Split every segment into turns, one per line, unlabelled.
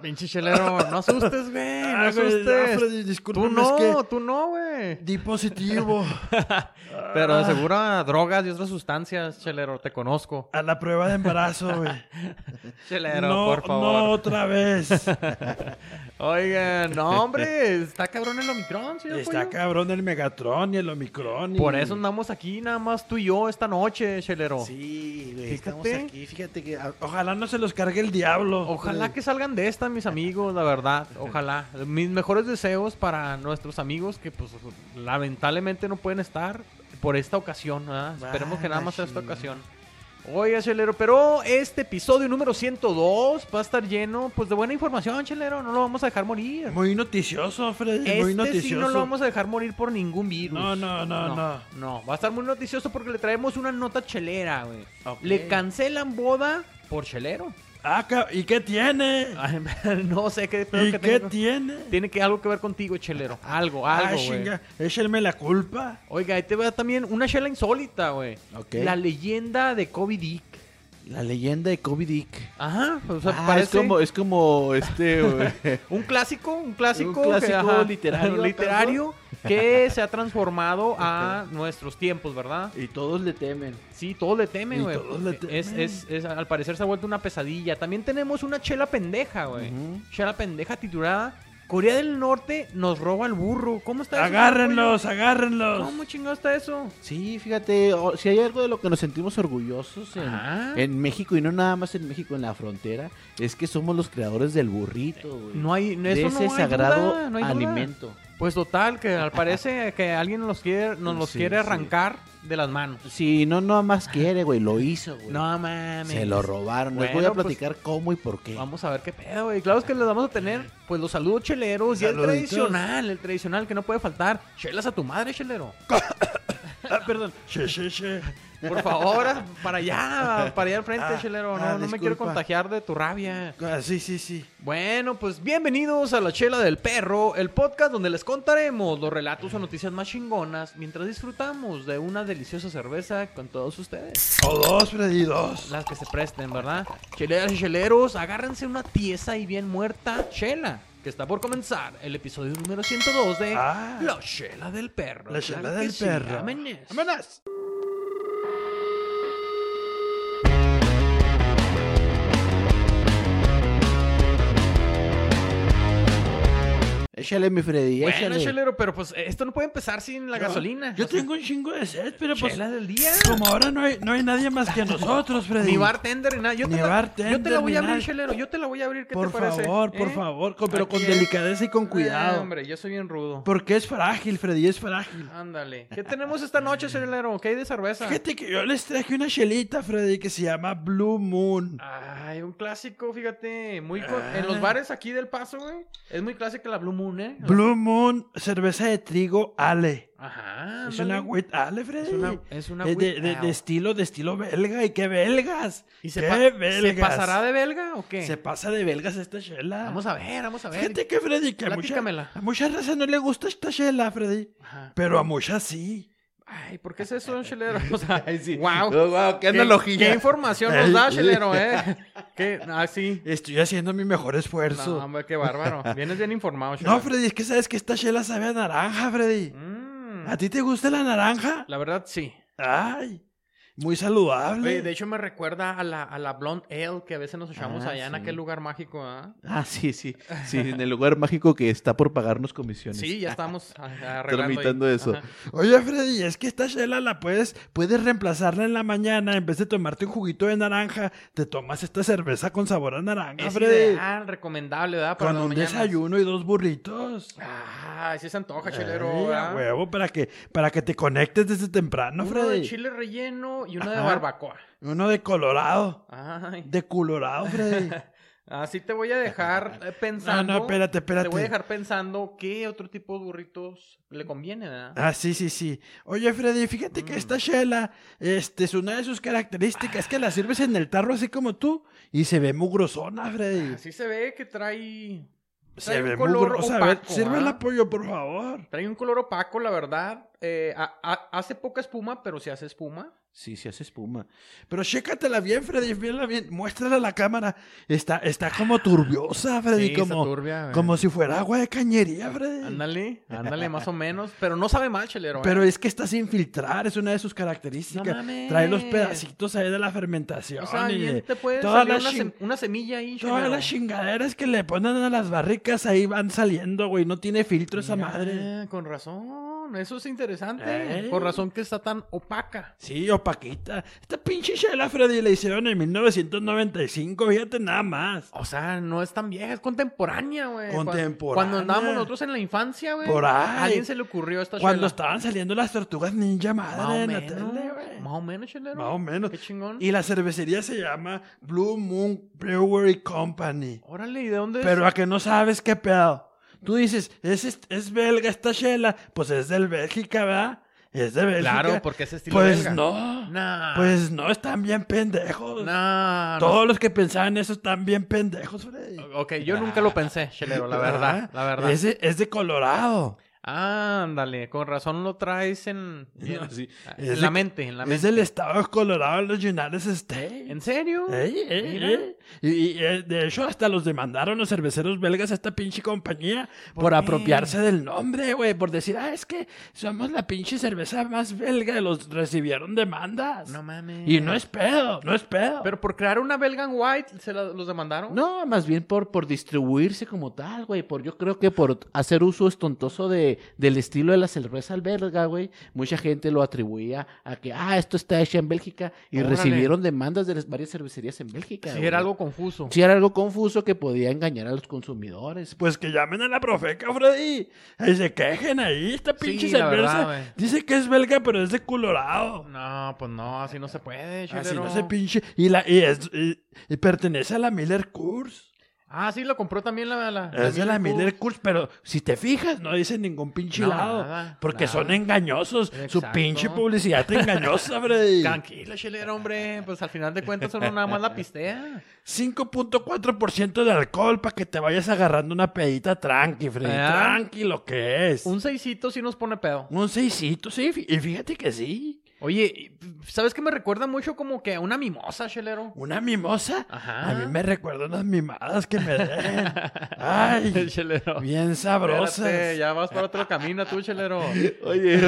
Pinche chelero, no asustes, güey. No
Ah, güey, ah,
asustes.
Freddy, discúlpame,
Tú
es
no,
que
tú no, güey. Ah.
di positivo
Pero de seguro a drogas y otras sustancias, chelero, te conozco.
Ah, a la prueba de embarazo, güey.
Chelero,
No,
por
no
favor.
otra vez.
Oigan, no, hombre, está cabrón el Omicron, señor
Está
Pollo.
cabrón el Megatron y el Omicron. y-
Por eso andamos aquí nada más tú y yo esta noche, chelero.
Sí, güey, estamos
Fíjate.
aquí. Fíjate que a- ojalá no se los cargue el diablo.
Ojalá que salgan de esta, mis amigos, la verdad. Ojalá. Mis mejores deseos para nuestros amigos que, pues, lamentablemente no pueden estar por esta ocasión. ¿verdad?
Ah,
Esperemos que nada más sea esta
Vaya,
ocasión. Oiga, Chelero, pero este episodio número 102 va a estar lleno, pues, de buena información, Chelero. No lo vamos a dejar morir.
Muy noticioso, Freddy. muy
Este
noticioso.
sí no lo vamos a dejar morir por ningún virus.
No, no, no, no.
No, va a estar muy noticioso porque le traemos una nota chelera, güey.
Ok.
Le cancelan boda por chelero.
Ah, ca- ¿Y qué tiene?
Ay, no sé qué pedo
¿Y
que
qué
tenga-
tiene?
Tiene que algo que ver contigo, chelero. Algo,
Ah,
algo, güey.
chinga, échenme la culpa.
Oiga, ahí te va también una chela insólita, güey.
Ok.
La leyenda de Kobe Dick.
La leyenda de Kobe Dick.
Ajá, o sea,
Ah,
parece
es como, es como este, güey.
un clásico, un clásico,
Un clásico
que, ajá,
literario,
literario que se ha transformado a nuestros tiempos, ¿verdad?
y todos le temen.
Sí, todos le temen,
Y
güey.
todos le temen.
Es, es, es- al parecer se ha vuelto una pesadilla. También tenemos una chela pendeja, güey. Chela pendeja titulada Corea del Norte nos roba el burro. ¿Cómo está eso?
Agárrenlos,
pollo?
agárrenlos.
¿Cómo chingado está eso?
Sí, fíjate, o- si hay algo de lo que nos sentimos orgullosos en,
Ah.
en México, y no nada más en México, en la frontera, es que somos los creadores del burrito, güey.
No hay, eso
de ese
no hay
sagrado
duda, no hay duda.
alimento.
Pues total, que al parece que alguien nos quiere, nos los
Sí,
quiere
sí.
arrancar de las manos.
Si no, nada más quiere, güey, lo hizo, güey.
No mames.
Se lo robaron. Les voy
Bueno, pues,
a platicar cómo y por qué.
Vamos a ver qué pedo, güey. Claro es que les vamos a tener, pues, los saludos cheleros y el
Saluditos.
tradicional, el tradicional que no puede faltar. Chelas a tu madre, chelero.
Ah, perdón. Che, che, che.
Por favor, para allá, para allá al frente,
Ah,
chelero. No,
ah,
no me quiero
disculpa.
contagiar de tu rabia.
Ah, sí, sí, sí.
Bueno, pues bienvenidos a La Chela del Perro, el podcast donde les contaremos los relatos o noticias más chingonas mientras disfrutamos de una deliciosa cerveza con todos ustedes.
O dos, Freddy, dos.
Las que se presten, ¿verdad? Cheleras y cheleros, agárrense una pieza y bien muerta chela, que está por comenzar el episodio número 102 de
Ah.
La Chela del Perro.
La
Claro
chela
que
del
sí,
perro.
vámonos.
¡Vámonos!
Échale, mi Freddy,
Bueno,
échale.
chelero, pero pues esto no puede empezar sin la
Yo-
gasolina.
Yo
O sea,
tengo un chingo de sed, pero pues.
chela del día.
Como ahora no hay, no hay nadie más que nosotros, Freddy.
Ni bartender ni nada. Yo,
Ni
te la,
bartender,
yo te la voy a
ni
abrir,
nada.
chelero. Yo te la voy a abrir. ¿Qué
Por
te parece?
favor, por
¿Eh?
favor. con- pero
Aquí
con
es.
delicadeza y con cuidado.
Ah, hombre, yo soy bien rudo.
Porque es frágil, Freddy, es frágil.
Ándale. ¿Qué tenemos esta
Ah.
noche, chelero? ¿Qué hay de cerveza?
Fíjate que yo les traje una chelita, Freddy, que se llama Blue Moon.
Ah, Ay, un clásico, fíjate. Muy con- En
Ah.
los bares aquí del Paso, güey. Es muy clásica la Blue Moon, ¿eh?
Blue Moon, cerveza de trigo Ale.
Ajá.
Es
Ah, ándale. Eh,
una wheat Ale, Freddy. Eh,
Es una- es una
de,
wheat
de- de
ale.
estilo, de estilo belga. ¿Y qué belgas?
¿Y se,
¿Qué
pa-
belgas?
¿Se pasará de belga o qué?
Se pasa de belgas esta chela.
Vamos a ver, vamos a ver.
Fíjate que, Freddy, que a mucha,
Platícamela.
a mucha raza no le gusta esta chela, Freddy.
Ajá.
Pero a muchas sí.
Ay, ¿por qué es eso, chelero? O sea,
Ay, sí.
wow.
Oh, wow, qué
¿Qué,
analogía.
qué información nos da, chelero, eh? ¿Qué? Ah, sí.
Estoy haciendo mi mejor
No,
esfuerzo.
hombre, qué bárbaro. Vienes bien informado,
No,
chelero.
Freddy, es que sabes que esta chela sabe a naranja, Freddy.
Mm,
¿A ti te gusta la naranja?
la verdad, sí.
Ay, muy
Oye,
saludable.
de hecho, me recuerda a la, a la Blonde Ale que a veces nos echamos
Ah,
allá en
sí.
aquel lugar mágico, ¿ah?
Ah, sí, sí. Sí, en el lugar mágico que está por pagarnos comisiones.
Sí, ya estamos a- arreglando. ahí.
Tramitando eso.
Ajá.
Oye, Freddy, es que esta chela la puedes, puedes reemplazarla en la mañana. En vez de tomarte un juguito de naranja, te tomas esta cerveza con sabor a naranja,
Es
Freddy.
ideal, recomendable, ¿verdad? Para
Con
las
un
mañanas.
desayuno y dos burritos.
Ah, sí se antoja,
Ay,
chelero.
a
¿verdad?
huevo, para que, para que te conectes desde temprano,
Uno de
Freddy.
chile relleno y uno de
Ajá.
barbacoa.
Uno de Colorado.
Ay.
De Colorado, Freddy.
Así te voy a dejar eh,
No,
pensando.
no, espérate,
Te voy a
espérate.
dejar pensando qué otro tipo de burritos le conviene, ¿verdad?
Ah, sí, sí, sí. Oye, Freddy, fíjate
Mm.
que esta chela, este, es una de sus características, es que la sirves en el tarro así como tú y se ve mugrosona, Freddy.
Así se ve que trae.
Se
Ah, trae un
ve
color
mugrosa. A ver,
opaco,
sirve el
¿ah?
apoyo, por favor.
Trae un color opaco, la verdad. Eh, a- a- hace poca espuma, pero sí hace espuma.
Sí, se hace espuma.
Pero chécatela bien, Freddy, mírala bien, muéstrala a la cámara. Está, está como turbiosa, Freddy,
Sí, está
como,
turbia, güey.
como si fuera agua de cañería, Freddy.
Ándale, ándale, más o menos. Pero no sabe mal, chelero. ¿eh?
Pero es que está sin filtrar, es una de sus
No
características.
mames.
Trae los pedacitos ahí de la fermentación.
O sea,
y de-
bien te puede
todas
salir
las
una,
chin-
sem- una semilla ahí,
Todas
chelero.
las chingaderas que le ponen a las barricas ahí van saliendo, güey. No tiene filtro esa
Mira, eh.
madre.
Con razón, eso es interesante.
Eh.
Con razón que está tan opaca.
Sí, opaquita. Esta pinche chela, Freddy, la hicieron en 1995, fíjate nada más.
O sea, no es tan vieja, es contemporánea, güey. Cuando-
Contemporánea.
Cuando andábamos nosotros en la infancia, güey.
Por ahí.
A alguien se le ocurrió esta
Cuando
chela.
estaban saliendo las tortugas ninja
Más o
madre en la
menos,
tele, güey.
más o menos, chelero.
Más o menos.
Qué chingón.
Y la cervecería se llama Blue Moon Brewery Company.
Órale, ¿y de dónde es?
Pero ah, a que no sabes qué pedo. Tú dices, es, est- es belga esta chela. Pues es del Bélgica, ¿verdad? Es de Bélgica.
Claro, porque es estilo
Pues
belga.
no.
Nah.
Pues no, están bien pendejos.
Nah, Pues, no
Todos los que pensaban eso están bien pendejos, Freddy.
Ok, yo nunca lo pensé, Chelero, la verdad, la verdad.
Ah, Es de, es de Colorado.
Ándale, con razón lo traes en,
No,
en-
sí.
en
Es
la
de-
mente, en la
es
mente.
del estado de Colorado en los United States.
¿En serio?
Ey, ey,
Mira.
ey. Y, y, eh, de hecho, hasta los demandaron los cerveceros belgas a esta pinche compañía por,
qué?
apropiarse del nombre, güey. Por decir, ah, es que somos la pinche cerveza más belga. Los recibieron demandas.
No mames.
y no es pedo, no es pedo.
Pero por crear una Belgian White, ¿se la- los demandaron?
No, más bien por, por distribuirse como tal, güey. Por, yo creo que por hacer uso estontoso de, del estilo de la cerveza alberga, güey. Mucha gente lo atribuía a que, ah, esto está hecho en Bélgica. Y
Órale.
recibieron demandas de las varias cervecerías en Bélgica.
Sí,
güey.
era algo confuso.
Sí, era algo confuso que podía engañar a los consumidores.
Pues que llamen a la profeca, Freddy. Y se quejen ahí, esta pinche
Sí, la verdad,
cerveza.
güey.
Dice que es belga, pero es de Colorado.
No, pues no, así no se puede, Chelero.
Así Ah, no se pinche. Y, la, y, es- y- y pertenece a la Miller Coors.
Ah, sí, lo compró también la... la, la
es de la
Miller
Miller
Coors.
Coors, pero si te fijas, no dice ningún pinche
No,
lado.
nada,
porque
nada.
son engañosos. Su
Exacto.
pinche publicidad engañosa, Freddy.
Tranquilo, Chelero, hombre. Pues al final de cuentas uno nada más la pistea.
5.4% de alcohol para que te vayas agarrando una pedita tranqui, Freddy.
Ah.
Tranqui, lo que es.
Un seisito sí nos pone pedo.
Un seisito, sí, fí- y fíjate que sí.
Oye, ¿sabes qué me recuerda mucho como que a una mimosa, Chelero?
Una mimosa.
Ajá.
A mí me recuerda unas mimadas que me den. Ay,
Chelero.
bien
Espérate,
sabrosas.
ya vas para otro camino tú, Chelero.
Oye, oye.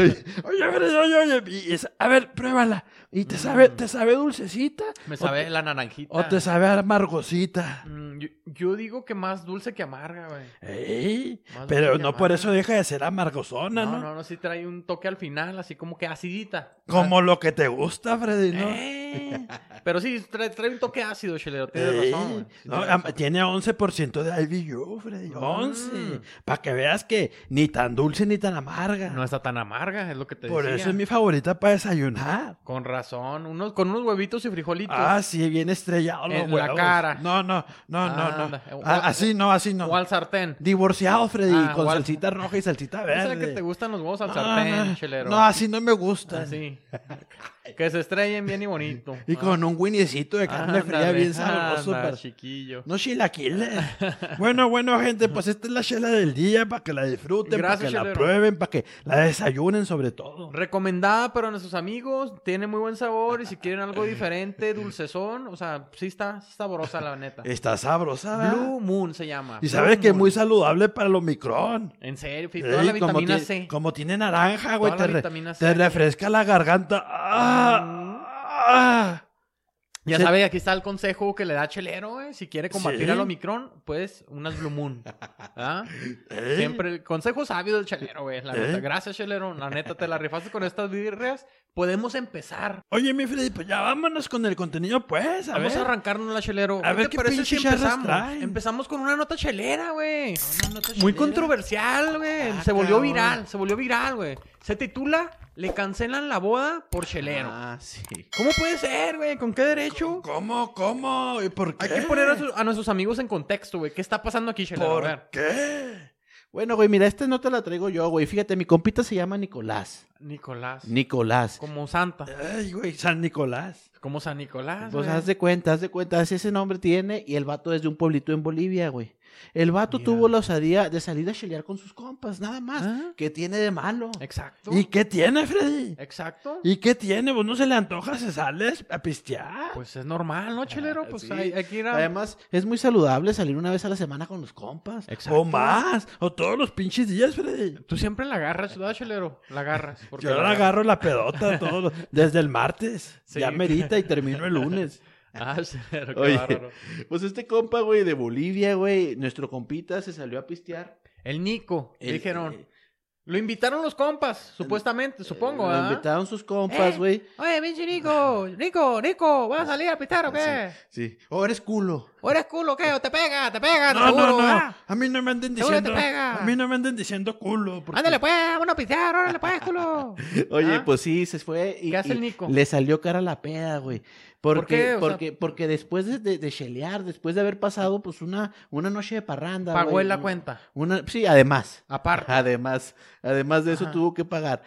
Oye, Freddy, oye, oye. y es- a ver, pruébala. ¿Y te sabe, te sabe dulcecita?
Mm. Me
¿O
sabe la
te-
naranjita.
¿O te sabe amargosita?
Mm, yo, yo digo que más dulce que amarga, güey.
Ey,
Más
pero
dulce que
no por
amarga.
eso deja de ser amargosona,
No,
¿no?
no, no, sí trae un toque al final, así como que acidita.
Como lo que te gusta, Freddy, ¿no?
Eh, Pero sí, trae, trae un toque ácido, Chelero. Tienes
Ey,
razón, güey.
no, am- tiene 11% de IBU, Freddy. 11.
Mm.
Para que veas que ni tan dulce ni tan amarga.
No está tan amarga, es lo que te
por
decía.
eso es mi favorita para desayunar.
Con razón, unos, con unos huevitos y frijolitos.
Ah, sí, bien estrellado los
En la
huevos.
cara. eh,
No, no, no, no, no.
Anda. O-
Ah, así no, así no.
O al sartén.
Divorciado, Freddy,
Ah,
con
igual.
salsita roja y salsita
O sea
verde.
que te gustan los huevos al
No,
sartén,
no,
Chelero. Ah,
No, así no me gusta.
Así. que se estrellen bien y bonito.
Y con un winniecito de carne fría
Ah. Ándale, Ah,
bien sabroso.
ándale,
para-
chiquillo.
No chilaquiles. bueno, bueno, gente, pues esta es la chela del día para que la disfruten, para que
Gracias,
la
chelero.
prueben, para que la desayunen sobre todo.
Recomendada para nuestros amigos, tiene muy buen sabor y si quieren algo diferente, dulcezón, o sea, sí está sabrosa la neta.
Está sabrosa. ¿verdad?
Blue Moon se llama.
Eh, Y
Blue
sabes que es
Moon.
muy saludable para el Omicron.
En serio, fi- toda
Ey,
la vitamina
ti-
C.
como tiene naranja, güey,
Toda
te,
la
re-
vitamina
te
C.
refresca la garganta. Ah, ah.
Ya
se-
sabe, aquí está el consejo que le da Chelero, eh, si quiere combatir
Sí.
al Omicron, pues unas Blue Moon. ¿Ah?
Ey.
Siempre el consejo sabio del Chelero, güey, la
¿Eh?
neta. Gracias, Chelero, la neta te la rifaste con estas birrias. Podemos empezar.
Oye, mi Freddy, pues ya vámonos con el contenido, pues. A
Vamos
ver.
a arrancarnos la chelero.
A ver
te
qué
parece
pinches
si
charras
empezamos?
traen.
Empezamos con una nota chelera, güey.
Una nota
Muy
chelera.
controversial, güey.
Ah,
se volvió
cabrón.
viral, se volvió viral, güey. Se titula Le cancelan la boda por chelero.
Ah, sí.
¿Cómo puede ser, güey? ¿Con qué derecho?
¿Cómo, cómo? ¿Y por qué?
Hay que poner a, su- a nuestros amigos en contexto, güey. ¿Qué está pasando aquí, chelero? A ver.
¿Por qué?
Bueno, güey, mira, esta nota la traigo yo, güey. Fíjate, mi compita se llama Nicolás.
Nicolás.
Nicolás.
Como Santa.
Ay, güey, San Nicolás.
Como San Nicolás,
Pues
güey.
haz de cuenta, haz de cuenta, así ese nombre tiene y el vato es de un pueblito en Bolivia, güey. El vato
Mira.
tuvo la osadía de salir a chelear con sus compas, nada más.
Ah.
¿Qué tiene de malo?
Exacto.
¿Y qué tiene, Freddy?
Exacto.
¿Y qué tiene? ¿Vos no se le antoja? ¿Se sale a pistear?
Pues es normal,
Ah,
¿no, chelero? Pues
sí.
hay, hay que ir a...
Además, es muy saludable salir una vez a la semana con los compas.
Exacto.
o más. O todos los pinches días, Freddy.
Tú siempre la agarras, ¿verdad, chelero? La agarras. porque
Yo ahora agarro la pedota todos los- desde el martes.
Sí.
Ya merita y termino el lunes.
Ah, chelero, qué
Oye.
bárbaro.
Pues este compa, güey, de Bolivia, güey, nuestro compita se salió a pistear.
El Nico,
El-
dijeron.
eh,
Lo invitaron los compas, supuestamente, supongo,
eh, Lo
¿ah?
invitaron sus compas,
Eh.
güey.
Oye, pinche Nico, Nico, Nico, ¿vas a salir a
Ah,
pitar o qué?
Sí. Oh, eres culo.
¿O eres culo o qué? ¿O te pega? ¿Te pega?
No,
seguro,
no, no.
¿verdad?
A mí no me anden
Seguro te
diciendo.
pega.
A mí no me anden diciendo culo. porque-
Ándale pues, vámonos a pitar, órale pues, culo.
Oye,
¿Ah?
pues sí, se fue y,
¿Qué hace
y
el Nico?
le salió cara la peda, güey.
¿Por
Porque,
qué? O sea-
porque, porque después de, de, de chelear, después de haber pasado pues una, una noche de parranda.
Pagó
güey,
él la
un-
cuenta,
Una, sí, además.
aparte.
Además, además de eso
Ajá.
tuvo que pagar.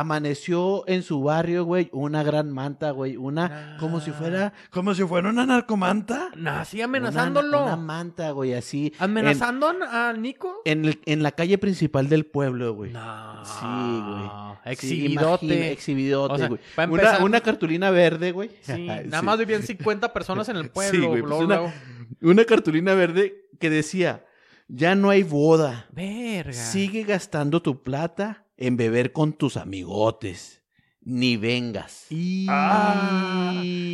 Amaneció en su barrio, güey, una gran manta, güey, una como si
Ah.
fuera
Como si fuera una narcomanta.
Nah, sí,
una-
amenazándolo.
una, manta, güey, así en-
¿Amenazando a Nico?
en, el- en la calle principal del pueblo, güey.
No.
Sí, güey. Sí,
Exhibidote.
imagina, exhibidote,
O sea,
güey.
para
Una-
empezar-
Una, cartulina verde, güey.
Sí, nada
Sí.
más vivían 50 personas en el pueblo.
Sí, güey, pues
luego,
una-
luego.
Una cartulina verde que decía, ya no hay boda.
Verga.
Sigue gastando tu plata en beber con tus amigotes. Ni vengas.
Y...
Ah,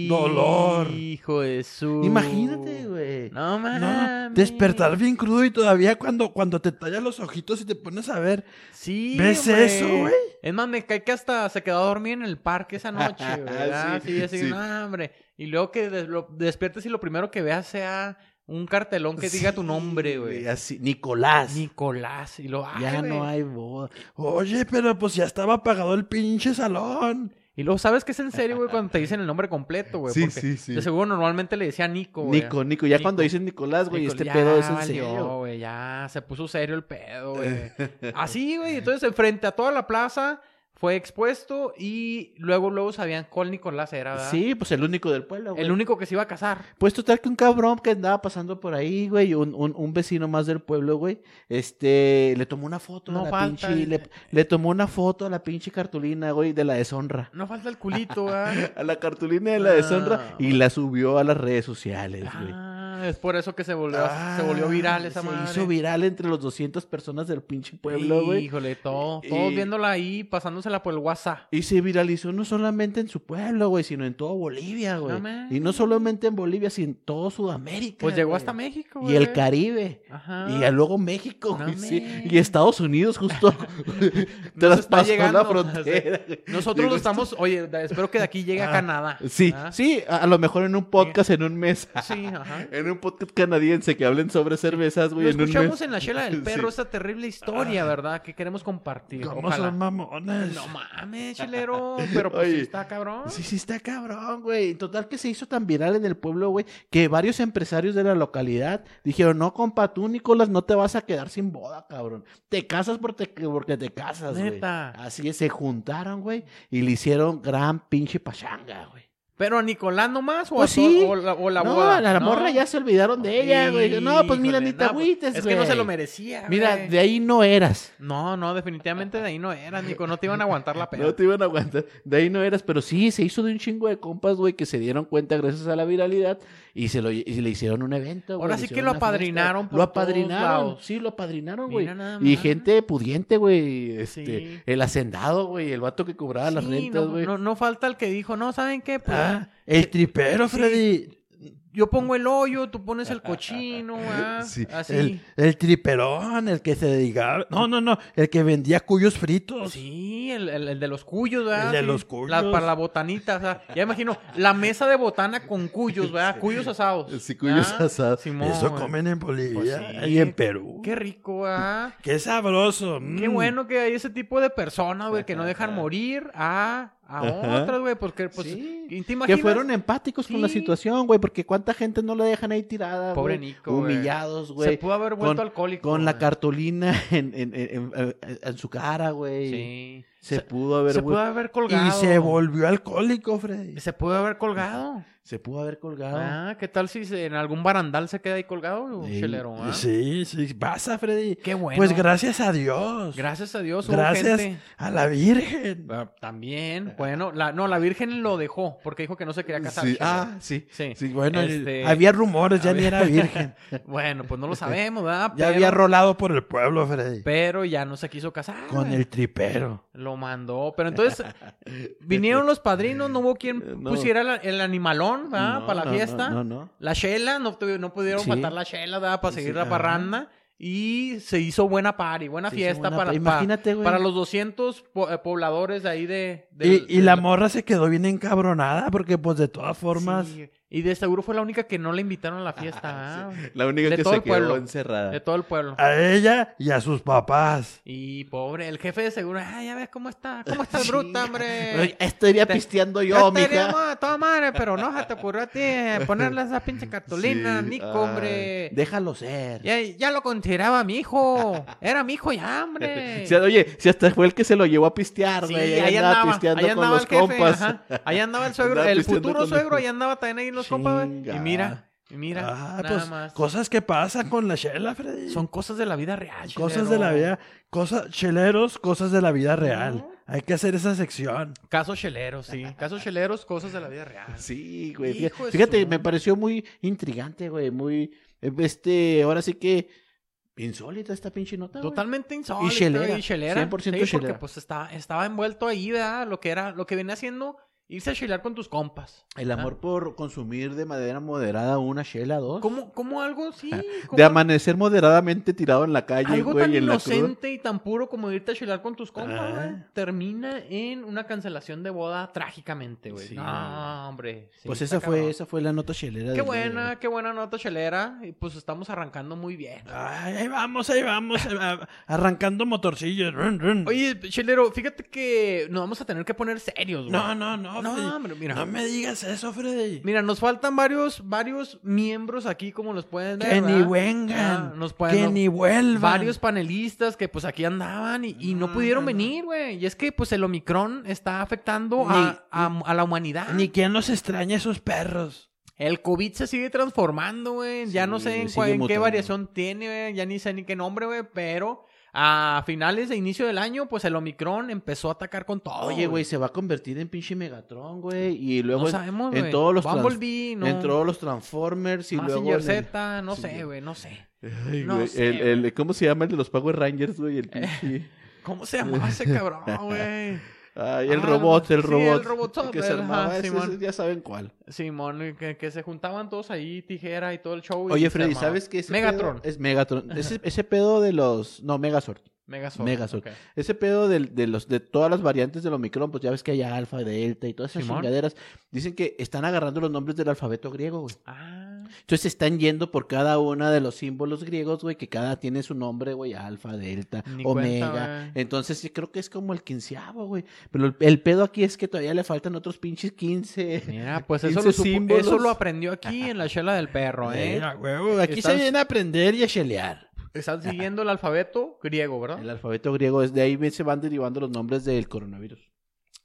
dolor.
Hijo de su.
Imagínate, güey.
No
No,
mames.
despertar bien crudo y todavía cuando, cuando te tallas los ojitos y te pones a ver.
Sí.
¿Ves eso, güey?
Es más, me cae que hasta se quedó a dormir en el parque esa noche, ¿verdad?
Ah, Sí,
sí, así,
sí.
no, hombre. Y luego que des- lo- despiertes y lo primero que veas sea un cartelón que diga tu
Sí,
nombre, güey.
Así, Nicolás.
Nicolás. Y lo.
ya no hay boda.
Oye, pero pues ya estaba apagado el pinche salón.
Y luego sabes que es en serio, güey, cuando te dicen el nombre completo, güey.
Sí,
porque
sí, sí.
De seguro normalmente le decía Nico, güey.
Nico, Nico. Ya
Nico.
cuando dicen Nicolás, güey,
Nico,
este
ya
pedo es en
valió,
serio.
güey, ya se puso serio el pedo, güey. Así, güey. Entonces, frente a toda la plaza fue expuesto y luego, luego sabían cuál Nicolás era, ¿verdad?
Sí, pues el único del pueblo, güey.
El único que se iba a casar.
Pues total que un cabrón que andaba pasando por ahí, güey, un, un, un vecino más del pueblo, güey, este, le tomó una foto
No
a la
falta
pinche,
el-
le, le tomó una foto a la pinche cartulina, güey, de la deshonra.
No falta el culito, ¿verdad?
A la cartulina de la deshonra
Ah.
y la subió a las redes sociales, güey.
ah, es por eso que se volvió, se
Ah,
volvió viral esa
se
madre.
hizo viral entre los 200 personas del pinche pueblo, güey.
Híjole, todo,
Y-
todos viéndola ahí, pasándosela por el WhatsApp.
Y se viralizó no solamente en su pueblo, güey, sino en toda Bolivia, güey.
mames.
y no solamente en Bolivia, sino en todo Sudamérica.
Pues llegó
güey.
hasta México, güey.
Y el Caribe.
Ajá.
Y ya luego México,
No
güey, sí.
mames.
Y Estados Unidos justo traspasó
llegando.
la frontera. güey.
Nosotros
Digo,
lo estamos, oye, da- espero que de aquí llegue a Canadá.
Ah, Sí,
¿verdad?
sí, a a lo mejor en un podcast en un mes.
Sí, ajá.
En un podcast canadiense que hablen sobre cervezas, güey,
Lo
en un mes.
escuchamos en la chela del perro esa terrible historia, ¿verdad? Que queremos compartir.
¿Cómo
Ojalá.
son mamones?
No mames, chilero. Pero pues
Oye.
sí está cabrón.
Sí, sí, está cabrón, güey. En Total que se hizo tan viral en el pueblo, güey, que varios empresarios de la localidad dijeron, no, compa, tú, Nicolás, no te vas a quedar sin boda, cabrón. Te casas porque, porque te casas, güey.
Neta.
Así es, se juntaron, güey, y le hicieron gran pinche pachanga, güey.
Pero a Nicolás nomás o,
Pues
a
sí.
to- o la, o la
no,
boda.
la
¿no?
morra ya se olvidaron de ella, güey. No, pues mira,
Híjole,
ni te
no, pues,
agüites,
Es que no se
güey.
lo merecía.
Mira,
güey.
de ahí no eras.
No, no, definitivamente de ahí no era, Nico. No te iban a aguantar la pena.
No te iban a aguantar. De ahí no eras, pero sí, se hizo de un chingo de compas, güey, que se dieron cuenta gracias a la viralidad y se lo y le hicieron un evento, güey,
Ahora
le
sí que
hicieron
lo
una fiesta.
apadrinaron por
Lo
todos
apadrinaron,
lados.
sí, lo apadrinaron, güey.
Mira nada
Y
más.
gente pudiente, güey, este,
Sí.
el hacendado, güey, el vato que cobraba las
Sí,
rentas,
no,
güey.
no, no falta el que dijo, no, ¿saben qué? Pues,
Ah, el tripero,
Sí.
Freddy.
Yo pongo el hoyo, tú pones el cochino, ah,
Sí,
así.
El, el triperón, el que se dedicaba. No, no, no. El que vendía cuyos fritos.
Pues Sí, el, el- el de los cuyos, ¿verdad?
El de
Sí,
los cuyos.
la- para la botanita, o sea, ya imagino, la mesa de botana con cuyos, ¿verdad? Cuyos asados.
Sí, cuyos
¿verdad?
asados.
Simón,
Eso
güey.
comen en Bolivia
Pues sí.
y en Perú.
Qué rico, ¿verdad?
Qué sabroso.
Qué
mm.
bueno que hay ese tipo de personas, güey, que no dejan morir a, a
Ajá.
otras, güey, porque, pues,
Sí.
¿te imaginas?
Que fueron empáticos con la
Sí.
situación, güey, porque cuánta gente no la dejan ahí tirada,
Pobre
güey,
Nico, güey.
humillados,
Se
güey,
pudo haber vuelto
con-
alcohólico.
con la
güey.
cartolina en, en- en- en- en su cara, güey.
Sí.
Se pudo haber,
se
güey,
pudo haber
Y
colgado.
se volvió alcohólico, Freddy.
Se pudo haber colgado.
se pudo haber colgado.
Ah, ¿qué tal si se- en algún barandal se queda ahí colgado,
Sí,
chelero? ah?
Sí, sí, pasa, Freddy.
Qué bueno.
Pues gracias a Dios.
Gracias a Dios hubo
Gracias
gente.
a la Virgen.
Ah, También, bueno, la, no, la Virgen lo dejó porque dijo que no se quería casar.
Sí,
chelero.
Ah, sí.
Sí.
Sí, bueno,
Este-
había rumores, ya
había-
ni era virgen.
Bueno, pues no lo sabemos, ¿verdad?
Ya
Pero-
había rolado por el pueblo, Freddy.
Pero ya no se quiso casar.
Con
güey.
el tripero.
Lo mandó. Pero entonces vinieron los padrinos, no hubo quien
No.
pusiera la- el animalón, ¿verdad?
No,
Para
no,
la
no,
fiesta.
No, no.
La chela, no, tuvi- no pudieron
Sí.
faltar la chela, ¿verdad? Para
Sí,
seguir
sí,
la
ajá.
parranda. Y se hizo buena party, buena
Se hizo
fiesta
buena
para,
pa-
pa-
Imagínate, güey.
para los 200 po- eh, pobladores de ahí de...
Y,
del-
y la
del-
morra se quedó bien encabronada porque, pues, de todas formas...
Sí, Y de seguro fue la única que no le invitaron a la fiesta.
Ah,
¿ah?
sí. La única
De
que
todo
se
el
quedó
pueblo.
encerrada.
De todo el pueblo.
A ella y a sus papás.
Y pobre, el jefe de seguro, ah, ya ves cómo está, cómo está el bruto, hombre.
Estaría
Te-
pisteando
Yo
yo, mija.
estaríamos a toda madre, pero no se te ocurrió a ti eh, ponerle esa pinche cartulina,
Sí,
Nico,
ay,
hombre.
Déjalo ser.
Ya, ya lo consideraba mi hijo. Era mi hijo ya, hombre.
Si- oye, si hasta fue el que se lo llevó a pistear,
Sí,
güey. ahí andaba, pisteando
ahí
con
andaba
los
el jefe,
compas.
ajá. Ahí andaba el suegro,
Andaba
el
pisteando
futuro
con los-
suegro, ahí andaba también ahí en los compas, güey. Y
Chinga.
mira, y mira,
Ah,
nada
pues,
más.
cosas que pasan con la chela, Freddy.
Son cosas de la vida real,
cosas
chelero.
de la vida... Cosas... Cheleros, cosas de la vida real.
Ujú.
Hay que hacer esa sección.
Casos cheleros, sí. Casos cheleros, cosas de la vida real.
Sí, güey.
Hijo
fíjate,
de
fíjate,
su-
me pareció muy intrigante, güey. Muy, eh, este, ahora sí que insólita esta pinche nota, güey.
Totalmente insólito.
Y chelera,
Y chelera.
100%
sí, porque
chelera.
pues está, estaba envuelto ahí, ¿verdad? Lo que era, lo que venía haciendo, irse a chelar con tus compas.
El amor por consumir de manera moderada una chela, dos.
¿Cómo, cómo algo sí?
De
¿Cómo
amanecer moderadamente tirado en la calle,
algo
güey,
tan
y en la cruz.
inocente y tan puro como irte a chelar con tus compas,
Ah.
güey, termina en una cancelación de boda trágicamente, güey.
Sí.
No, hombre. sí,
Pues
está
esa fue,
cabrón.
esa fue la nota chelera.
Qué
del día,
buena, qué buena nota chelera. Y pues estamos arrancando muy bien.
Ay, ahí vamos, ahí vamos. ahí va- Arrancando motorcillos. Run, run.
Oye, chelero, fíjate que nos vamos a tener que poner serios, güey.
No, no, no,
No,
Freddy.
hombre, mira.
No me digas eso, Freddy.
Mira, nos faltan varios, varios miembros aquí, como los pueden ver.
que ni
¿verdad? Ah,
vengan.
nos pueden-
que
no-
ni vuelvan.
Varios panelistas que pues aquí andaban y, y no
Mm,
No,
pudieron
no, no.
venir, güey. Y es que pues el Omicron está afectando
Ni-
a, a- a la humanidad.
Ni quien los extraña esos perros.
El COVID se sigue transformando, güey. Ya no
Sí,
sé en,
sigue
cuál- en qué
mutando.
variación tiene, güey. Ya ni sé ni qué nombre, güey. Pero a finales de inicio del año, pues el Omicron empezó a atacar con todo.
Oye, güey, se va a convertir en pinche Megatron, güey. Y luego
No
en-
sabemos,
en
güey.
todos los trans-
Bumblebee, no.
en todos los Transformers y luego...
Mazinger
en el-
Z, no
Sí.
sé, güey, no sé.
Ay,
No
güey,
sé,
el- el- ¿Cómo se llama el de los Power Rangers, güey?
Eh,
El pinche...
¿Cómo se llamaba ese cabrón, güey?
Ay, el
Ah,
robot, el
sí,
robot.
el robotzote,
que se
ajá,
armaba, ese-
Simón.
ese ya saben cuál.
Simón, y que, que se juntaban todos ahí, tijera y todo el show. y
Oye,
se
Freddy,
armaba.
¿sabes qué? Ese
Megatron.
pedo- es Megatron. Ese, ese pedo de los... No, Megazord.
Megazord.
Megazord.
ok.
Ese pedo del- de, los, de todas las variantes del Omicron, pues ya ves que hay alfa, delta y todas esas
Simón.
chingaderas. Dicen que están agarrando los nombres del alfabeto griego, güey.
Ah,
Entonces se están yendo por cada uno de los símbolos griegos, güey, que cada tiene su nombre, güey, alfa, delta,
Ni
omega.
cuenta,
Eh,
güey.
Entonces sí, creo que es como el quinceavo, güey. Pero el, el pedo aquí es que todavía le faltan otros pinches quince.
mira, pues eso lo,
15
supo-
símbolos.
eso lo aprendió aquí en la chela del perro, ¿eh?
Eh, a huevo, aquí
Estás-
se viene a aprender y a chelear.
Están siguiendo el alfabeto griego, ¿verdad?
El alfabeto griego, desde ahí se van derivando los nombres del coronavirus.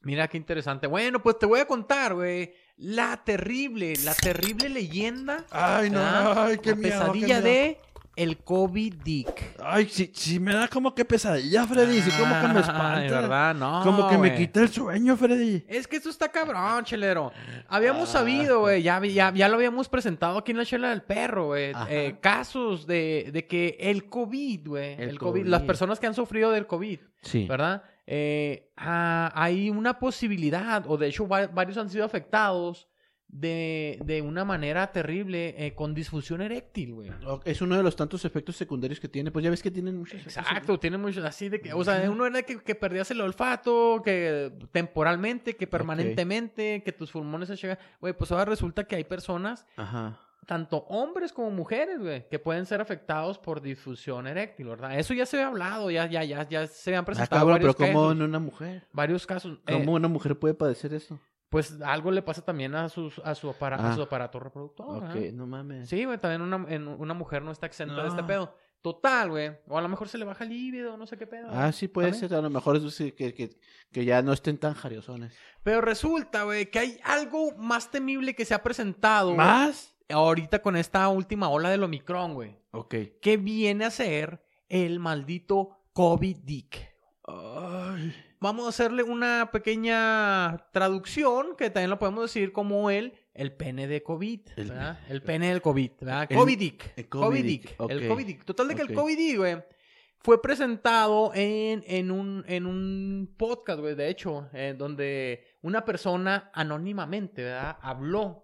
Mira qué interesante. Bueno, pues te voy a contar, güey. La terrible, la terrible leyenda.
Ay, no,
¿ah?
ay, qué
La
miedo,
pesadilla
qué miedo.
de el COVID Dick.
Ay, sí, sí me da como que pesadilla, Freddy. Sí, como que me espanta.
Ay, Ah, ¿verdad? No,
como que me
güey.
quita el sueño, Freddy.
Es que esto está cabrón, chelero. Habíamos
Ah.
sabido, güey, ya, ya, ya lo habíamos presentado aquí en la chela del perro, güey.
Ajá.
eh, casos de, de que el COVID, güey, el,
El
COVID,
COVID.
las personas que han sufrido del COVID,
Sí.
¿verdad? Eh, ah, hay una posibilidad, o de hecho va- varios han sido afectados de, de una manera terrible eh, con disfunción eréctil, güey.
Es uno de los tantos efectos secundarios que tiene. Pues ya ves que tienen muchos. efectos
Exacto, tiene mucho así de que, o sea, uno era que, que perdías el olfato, que temporalmente, que permanentemente, que tus pulmones se llegan. Güey, pues ahora resulta que hay personas,
secundarios. Ajá.
tanto hombres como mujeres, güey, que pueden ser afectados por difusión eréctil, ¿verdad? Eso ya se había hablado, ya, ya, ya, ya se han
Ah,
presentado
cabrón, pero
varios,
¿cómo
casos,
en una mujer?
varios casos. Eh,
¿Cómo una mujer puede padecer eso?
pues algo le pasa también a, sus, a, su, apara- a
Ah.
su aparato reproductor.
ok,
¿verdad?
no mames.
Sí, güey, también una, en- una mujer no está exenta de este
No.
pedo. Total, güey. O a lo mejor se le baja el líbido, no sé qué pedo.
Ah, sí, puede
¿También?
ser. A lo mejor es que, que- que ya no estén tan jariosones.
Pero resulta, güey, que hay algo más temible que se ha presentado güey,
¿Más?
ahorita con esta última ola del Omicron, güey.
Ok.
Que viene a ser el maldito COVID-Dick.
Ay,
Vamos a hacerle una pequeña traducción que también lo podemos decir como el, el pene de COVID.
El-
¿verdad? El, pene del COVID. ¿verdad?
El-
COVIDIC.
el COVIDIC,
COVIDIC.
ok.
El COVIDIC. Total de que el
Ok.
COVIDIC, güey, fue presentado en, en, un, en un podcast, güey, de hecho, eh, donde una persona anónimamente, ¿verdad? Habló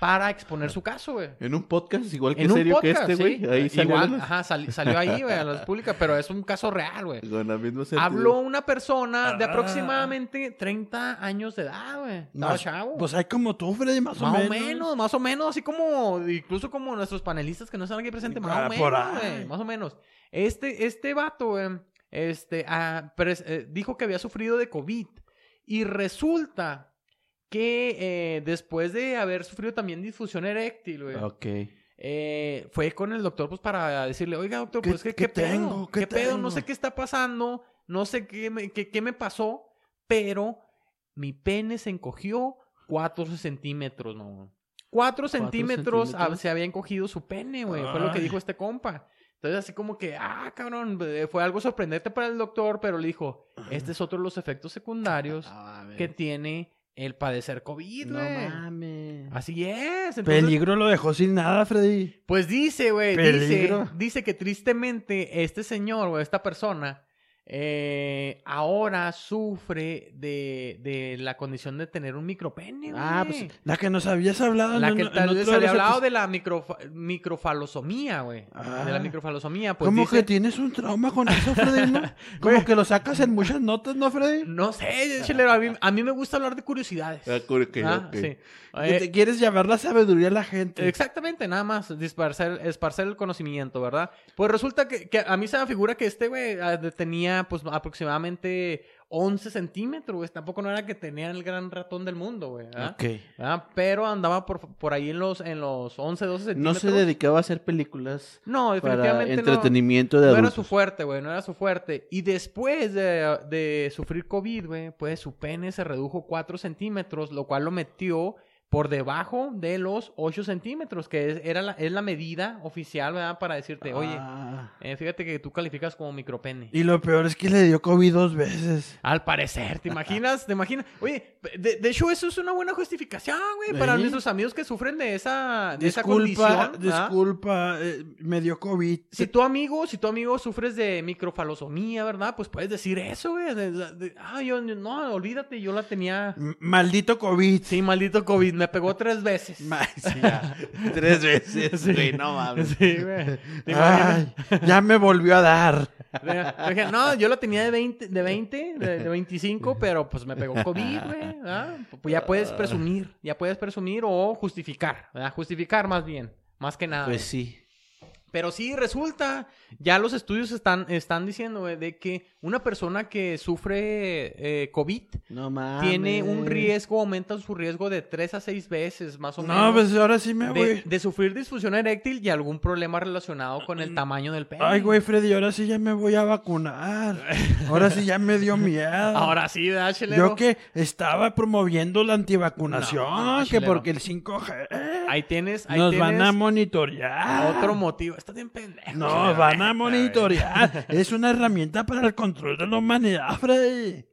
para exponer su caso, güey.
En un podcast igual que
En un
serio
podcast,
que este, güey.
sí.
Ahí salió.
Igual,
la-
ajá, sal- salió ahí, güey, a la luz pública, pero es un caso real, güey.
Con la misma sentido.
Habló una persona de
Ah.
aproximadamente 30 años de edad, güey. Estaba
más-
chavo.
Pues hay como tú, Freddy, más,
más o menos. más o menos, así como, incluso como nuestros panelistas que no están aquí presentes, más
Ah,
o
por
menos,
ahí.
güey, más o menos. Este, este vato, güey, este, ah, pres- eh, dijo que había sufrido de COVID y resulta que eh, después de haber sufrido también disfunción eréctil, güey,
Ok.
eh, fue con el doctor pues para decirle, oiga doctor,
¿Qué-
pues que qué,
qué tengo?
pedo,
¿Qué
qué, pedo,
tengo?"
no sé qué está pasando, no sé qué me, qué, qué me pasó, pero mi pene se encogió 4 centímetros, no. 4 centímetros, ah,
centímetros?
se había encogido su pene, güey, fue lo que
Ay.
dijo este compa. Entonces así como que, ah, cabrón, eh, fue algo sorprendente para el doctor, pero le dijo, este es otro de los efectos secundarios
Ah, a ver.
que tiene el padecer COVID,
No
güey. Ah,
mames.
así es, entonces
Peligro lo dejó sin nada, Freddy.
pues dice, güey,
Peligro.
dice, dice que tristemente este señor, güey, esta persona, eh, ahora sufre de, de la condición de tener un micropene, güey.
Ah, pues,
La que nos habías
Ah,
hablado.
La
en
que
un- en
tal vez
otro
había
los
hablado
otros-
de la microfa- microfalosomía, güey.
Ah.
De la microfalosomía, pues
como
dice-
que tienes un trauma con eso, Freddy, ¿no? Como que lo sacas en muchas notas, ¿no, Freddy?
No sé, chelero, a mí, a mí me gusta hablar de curiosidades.
Ah, ok,
Ah,
ok.
sí.
Que
Eh,
te quieres llevar la sabiduría a la gente.
Exactamente, nada más dispersar, esparcer el conocimiento, ¿verdad? Pues resulta que, que a mí se me figura que este güey ah, de- tenía pues aproximadamente 11 centímetros, güey. Tampoco no era que tenía el gran ratón del mundo, güey. ¿verdad?
Ok.
¿verdad? Pero andaba por, por ahí en los, en los 11, 12
No
centímetros.
se dedicaba a hacer películas
No,
para
definitivamente no.
entretenimiento de
No era su
adultos.
fuerte, güey, no era su fuerte. Y después de, de sufrir COVID, güey, pues su pene se redujo 4 centímetros, lo cual lo metió por debajo de los 8 centímetros, que es, era la, es la medida oficial, ¿verdad? Para decirte, oye,
Ah.
eh, fíjate que tú calificas como micropene.
Y lo peor es que le dio COVID dos veces.
Al parecer, ¿te imaginas? ¿Te imaginas? Oye, de, de hecho eso es una buena justificación, güey, para
Sí.
nuestros amigos que sufren de esa, de esa
Disculpa,
condición. ¿ah? ¿verdad?
disculpa, eh, me dio COVID.
Si tu amigo, si tu amigo sufres de microfalosomía, ¿verdad? Pues puedes decir eso, güey. de- de- de- ah, yo, no, olvídate, yo la tenía.
M- Maldito COVID.
Sí, maldito COVID, me pegó tres veces.
Ma- sí.
Tres veces, güey, no mames.
Sí, güey. ¿Te imaginas?
Ay, ya me volvió a dar.
Yo dije, no, yo la tenía de 20, de 20, de, de 25, pero pues me pegó COVID, güey. ¿verdad? Pues ya puedes presumir, ya puedes presumir o justificar, ¿verdad? Justificar más bien, más que nada.
Pues sí.
Pero sí, resulta, ya los estudios están, están diciendo güey, de que una persona que sufre eh, COVID
No mames.
tiene un riesgo, aumenta su riesgo de 3 a 6 veces más o
No,
menos.
pues ahora sí me
de,
voy.
de sufrir disfunción eréctil y algún problema relacionado con el tamaño del pene.
Mm. Ay, güey, Freddy, ahora sí ya me voy a vacunar. Ahora sí ya me dio miedo.
Ahora sí, ¿verdad, chelero?
Yo que estaba promoviendo la antivacunación,
No,
que
chilero.
porque el 5G
Ahí tienes, ahí
nos
tienes
van a monitorear.
otro motivo. Está bien pendejo.
Nos
chelero.
van a monitorear. es una herramienta para el control de la humanidad, Freddy.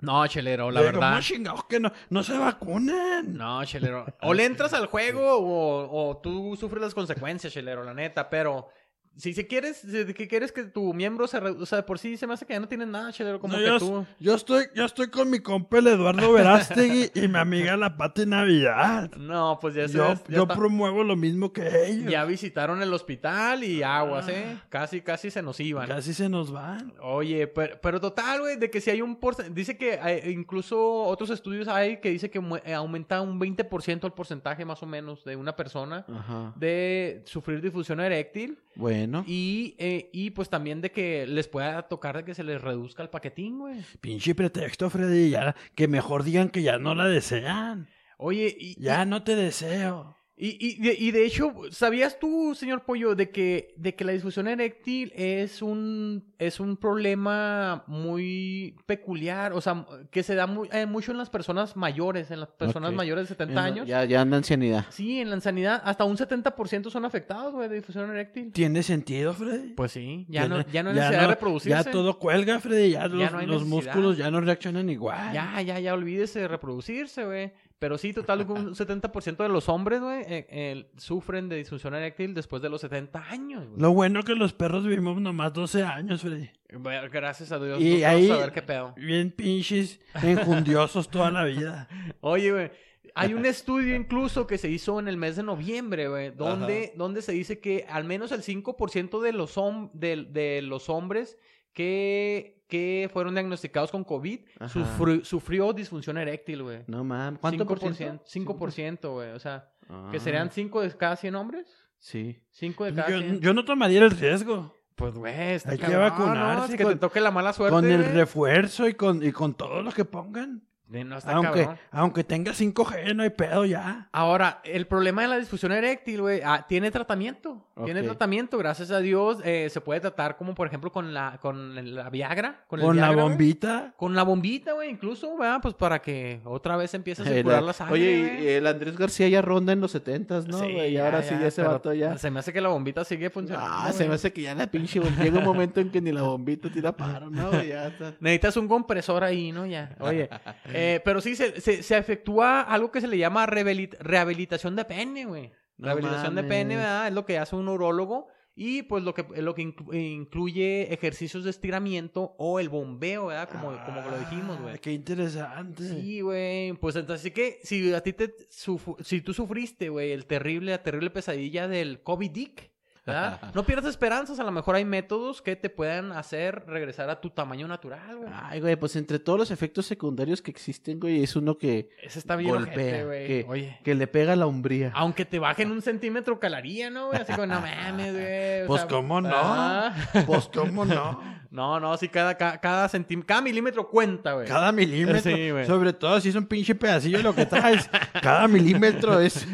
No, chelero, la
Pero
verdad.
¿Cómo chingados que no, no se vacunen?
No, chelero. O le entras al juego o, o tú sufres las consecuencias, chelero, la neta. Pero si, si quieres si- que quieres que tu miembro se... re- O sea, por sí se me hace que ya no tienes nada, chelero. Como
No,
que
yo,
tú...
yo estoy, yo estoy con mi compa el Eduardo Verástegui y mi amiga la Pati Navidad.
No, pues ya se...
Yo,
ya
yo
está-
promuevo lo mismo que ellos.
Ya visitaron el hospital y aguas, ¿eh? Casi, casi se nos iban.
Casi se nos van.
Oye, pero, pero total, güey, de que si hay un porcentaje... Dice que hay- incluso otros estudios hay que dice que mu- eh, aumenta un 20% el porcentaje más o menos de una persona
Ajá.
de sufrir difusión eréctil.
Bueno.
Y, eh, y pues también de que les pueda tocar de que se les reduzca el paquetín, güey.
Pinche pretexto, Freddy. Ya, que mejor digan que ya no la desean.
Oye, y,
Ya no te deseo.
Y, y, de, y de hecho, ¿sabías tú, señor Pollo, de que, de que la disfunción eréctil es un, es un problema muy peculiar? O sea, que se da mu- eh, mucho en las personas mayores, en las personas
Ok.
mayores de 70 años.
Ya, ya anda ancianidad.
Sí, en la insanidad, hasta un 70% son afectados, güey, de disfunción eréctil.
¿Tiene sentido, Freddy?
Pues sí, ya, no, ya no hay necesidad de reproducirse.
Ya todo cuelga, Freddy. Ya los,
no hay
los
necesidad.
músculos ya no reaccionan igual.
Ya, ya, ya, olvídese de reproducirse, güey. Pero sí, total, un 70% de los hombres, güey, eh, eh, sufren de disfunción eréctil después de los 70 años, güey.
Lo bueno que los perros vivimos nomás 12 años, Freddy.
Bueno, Gracias a Dios,
Y
no
ahí-
vamos a ver qué pedo.
Bien pinches, enjundiosos toda la vida.
Oye, güey, hay un estudio incluso que se hizo en el mes de noviembre, güey, donde, donde se dice que al menos el 5% de los, hom- de, de los hombres que, que fueron diagnosticados con COVID
Ajá.
sufri- sufrió disfunción eréctil, güey.
No mames. ¿Cuánto por ciento?
5%, güey. O sea,
Ah,
que serían 5 de cada 100 hombres.
Sí.
5 de Pues cada
Pues Yo,
100.
yo no tomaría el riesgo.
Pues, güey, está
Hay que
cabrón, ¿no?
vacunarse
Es que
con-
te toque la mala suerte.
Con el
güey.
refuerzo y con, y con todo lo que pongan.
Eh, No está
Aunque,
cabrón.
aunque tenga 5G, no hay pedo ya.
Ahora, el problema de la disfunción eréctil, güey, ah, tiene tratamiento. Tiene
Ok.
tratamiento, gracias a Dios. eh, se puede tratar como, por ejemplo, con la, con la Viagra. Con,
Con,
el
la
Viagra, güey.
bombita.
Con la bombita, güey, incluso, ¿verdad? Pues para que otra vez empiece a circular la sangre.
Oye,
güey.
y- y el Andrés García ya ronda en los setentas, ¿no?
Sí,
güey? y ahora sí, ya ese
pero
vato ya.
Se me hace que la bombita sigue funcionando.
Ah, se
güey.
me hace que ya la pinche bom- llega un momento en que ni la bombita tira paro, ¿no? güey? Ya está.
Necesitas un compresor ahí, ¿no? Ya. Oye. eh, pero sí, se, se, se efectúa algo que se le llama rebelit- rehabilitación de pene, güey.
No
rehabilitación de pene,
mames.
¿verdad? Es lo que hace un urólogo. Y pues lo que, lo que inclu- incluye ejercicios de estiramiento o el bombeo, ¿verdad? Como, como lo dijimos,
Ah,
güey.
Qué interesante.
Sí, güey. Pues entonces, así que si a ti te suf- si tú sufriste, güey, el terrible, la terrible pesadilla del COVID dick, ¿verdad? No pierdas esperanzas, a lo mejor hay métodos que te puedan hacer regresar a tu tamaño natural, güey.
Ay, güey, pues entre todos los efectos secundarios que existen, güey, es uno que,
Ese está bien
Golpea,
ojete, güey.
que-
Oye.
que le pega la hombría.
Aunque te bajen un centímetro, calaría, ¿no, güey? Así como, no mames, güey. O
Pues,
sea,
¿cómo no?
ah.
Pues, ¿cómo no?
No, no, sí, cada, ca- cada, centim- cada milímetro cuenta, güey.
Cada milímetro.
Sí, güey.
sobre todo si es un pinche pedacillo lo que traes. Cada milímetro es.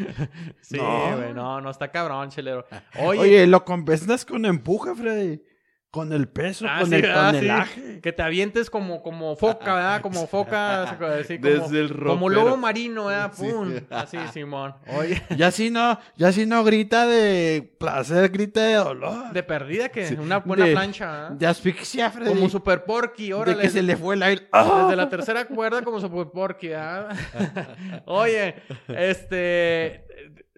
Sí,
No.
güey. No, no, está cabrón, chelero.
Oye,
Oye,
lo compensas con empuje, Freddy. Con el peso,
ah,
con
sí, ah,
el
sí.
tonelaje.
Que te avientes como, como foca, ¿verdad? Como foca, así como- así como,
Desde el
como
ropero.
lobo marino, ¿verdad?
Sí.
Pum. Así, Simón. Oye,
Ya si no, ya si no grita de placer, grita de dolor.
de perdida que
Sí.
una buena
De-
plancha, ¿verdad?
De asfixia, Freddy.
Como Super Porky,
de
órale.
que se le fue el aire.
Desde la tercera cuerda como Super Porky, ¿ah? Oye, este...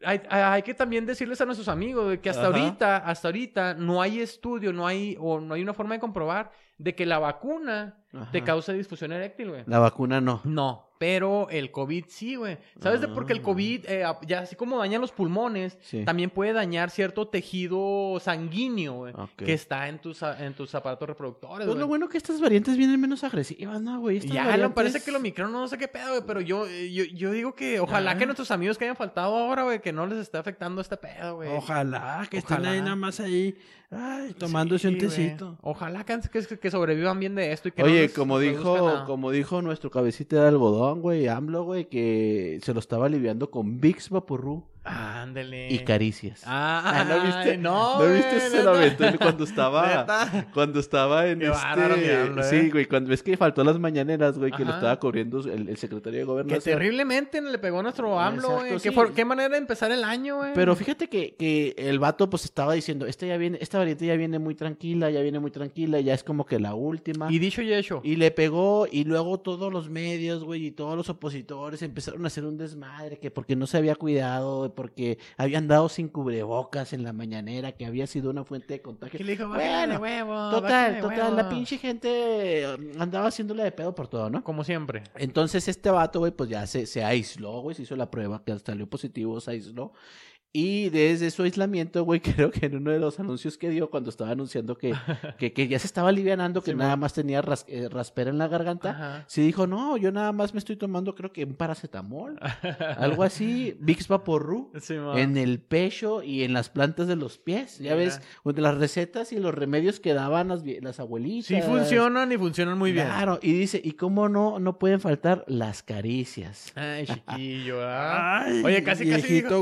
Hay, hay- hay que también decirles a nuestros amigos de que hasta
Ajá.
ahorita, hasta ahorita no hay estudio, no hay o no hay una forma de comprobar de que la vacuna te
Ajá.
cause disfunción eréctil, güey.
La vacuna no.
No, pero el COVID sí, güey. ¿Sabes de por qué el
Ah.
COVID, eh, ap- ya así como daña los pulmones,
Sí.
también puede dañar cierto tejido sanguíneo, güey,
Ok.
que está en tus, a- en tus aparatos reproductores,
Pues
güey.
lo bueno que estas variantes vienen menos agresivas, ¿no, güey? Estas
Ya,
variantes-
lo parece que lo micro no sé qué pedo, güey, pero yo, eh, yo, yo digo que ojalá
Ah.
que nuestros amigos que hayan faltado ahora, güey, que no les esté afectando este pedo, güey.
Ojalá que estén
Ojalá.
ahí nada más ahí, ay, tomándose
Sí,
un
güey.
tecito.
Ojalá que, que, que sobrevivan bien de esto y que no
Oye,
les
como
produzca
dijo,
nada.
como dijo nuestro cabecita de algodón, güey, AMLO, güey, que se lo estaba aliviando con Vicks Vaporru
Ándele.
y caricias.
Ah,
Ah, ¿no viste?
No,
¿No viste
güey,
ese
neta.
lamentable cuando estaba
Neta.
cuando estaba en
Qué bárbaro, mi AMLO,
este
¿eh?
sí, güey, cuando ves que faltó a las mañaneras, güey, que lo
Ajá.
estaba cubriendo el, el secretario de
Que
gobernación.
terriblemente le pegó a nuestro AMLO,
Exacto,
güey.
sí.
¿Qué, for- qué manera de empezar el año, güey.
Pero fíjate que, que el vato pues estaba diciendo, esta ya viene, esta variante ya viene muy tranquila, ya viene muy tranquila, ya es como que la última.
Y dicho y hecho.
Y le pegó y luego todos los medios, güey, y todos los opositores empezaron a hacer un desmadre, que porque no se había cuidado, porque habían dado sin cubrebocas en la mañanera, que había sido una fuente de contagio.
¿Qué le dijo?
Bueno,
Bájale, huevo.
Total,
bájale,
total,
huevo.
la pinche gente eh, andaba haciéndole de pedo por todo, ¿no?
Como siempre.
Entonces este vato, güey, pues ya se, se aisló, güey, se hizo la prueba que salió positivo, se aisló. Y desde su aislamiento, güey, creo que en uno de los anuncios que dio cuando estaba anunciando que, que, que ya se estaba alivianando, que
Sí,
nada
mon.
más tenía ras- eh, raspera en la garganta,
Ajá.
sí dijo, no, yo nada más me estoy tomando creo que un paracetamol, algo así, Vicks Vaporru,
Sí, ma.
en el pecho y en las plantas de los pies.
Mira.
Ya ves, de las recetas y los remedios que daban las, vie- las abuelitas.
Sí funcionan y funcionan muy bien.
Claro, y dice, ¿y cómo no, no pueden faltar las caricias?
Ay, chiquillo, ah.
Ay,
Oye, casi, casi
viejito
dijo, Ya,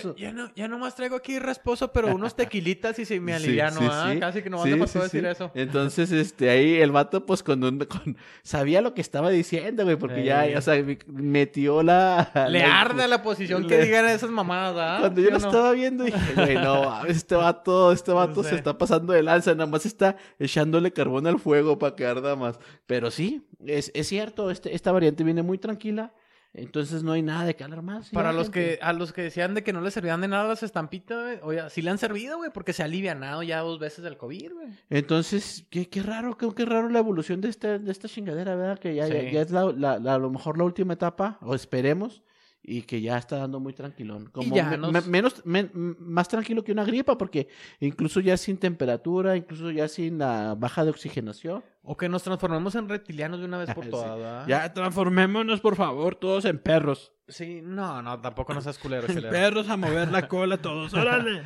goloso.
ya no, ya nomás traigo aquí rasposo, pero unos tequilitas y se me
Sí,
aliviano,
sí,
ah.
sí.
Casi que nomás
Sí,
le
sí,
pasó a
sí.
decir eso.
Entonces, este, ahí el vato, pues, con un, con- sabía lo que estaba diciendo, güey, porque ya,
Ey.
o sea, me- metió la...
Le
la-
arde la posición que
le-
digan esas mamadas, ¿ah?
Cuando
¿Sí
yo
o
lo
no?
estaba viendo dije, güey, no, mames, este vato, este vato
sé.
se está pasando de lanza, nada más está echándole carbón al fuego para que arda más. Pero sí, es, es cierto, este, esta variante viene muy tranquila, entonces no hay nada de que alarmarse. ya,
Para los que,
gente.
a los que decían de que no les servían de nada las estampitas, güey, oye, sí le han servido, güey, porque se ha alivianado ya dos veces del COVID, güey.
Entonces, qué, qué raro, qué, qué raro la evolución de, este, de esta chingadera, ¿verdad? Que ya, ya,
Sí.
ya es la, la- la- a lo mejor la última etapa, o esperemos, y que ya está dando muy tranquilón. Como
ya
me-
nos-
me- menos, men- más tranquilo que una gripa, porque incluso ya sin temperatura, incluso ya sin la baja de oxigenación.
O que nos transformemos en reptilianos de una vez por
Sí.
todas, ¿verdad?
Ya transformémonos, por favor, todos en perros.
Sí, no, no, tampoco no seas culero,
En
chilero.
perros a mover la cola todos. ¡Órale!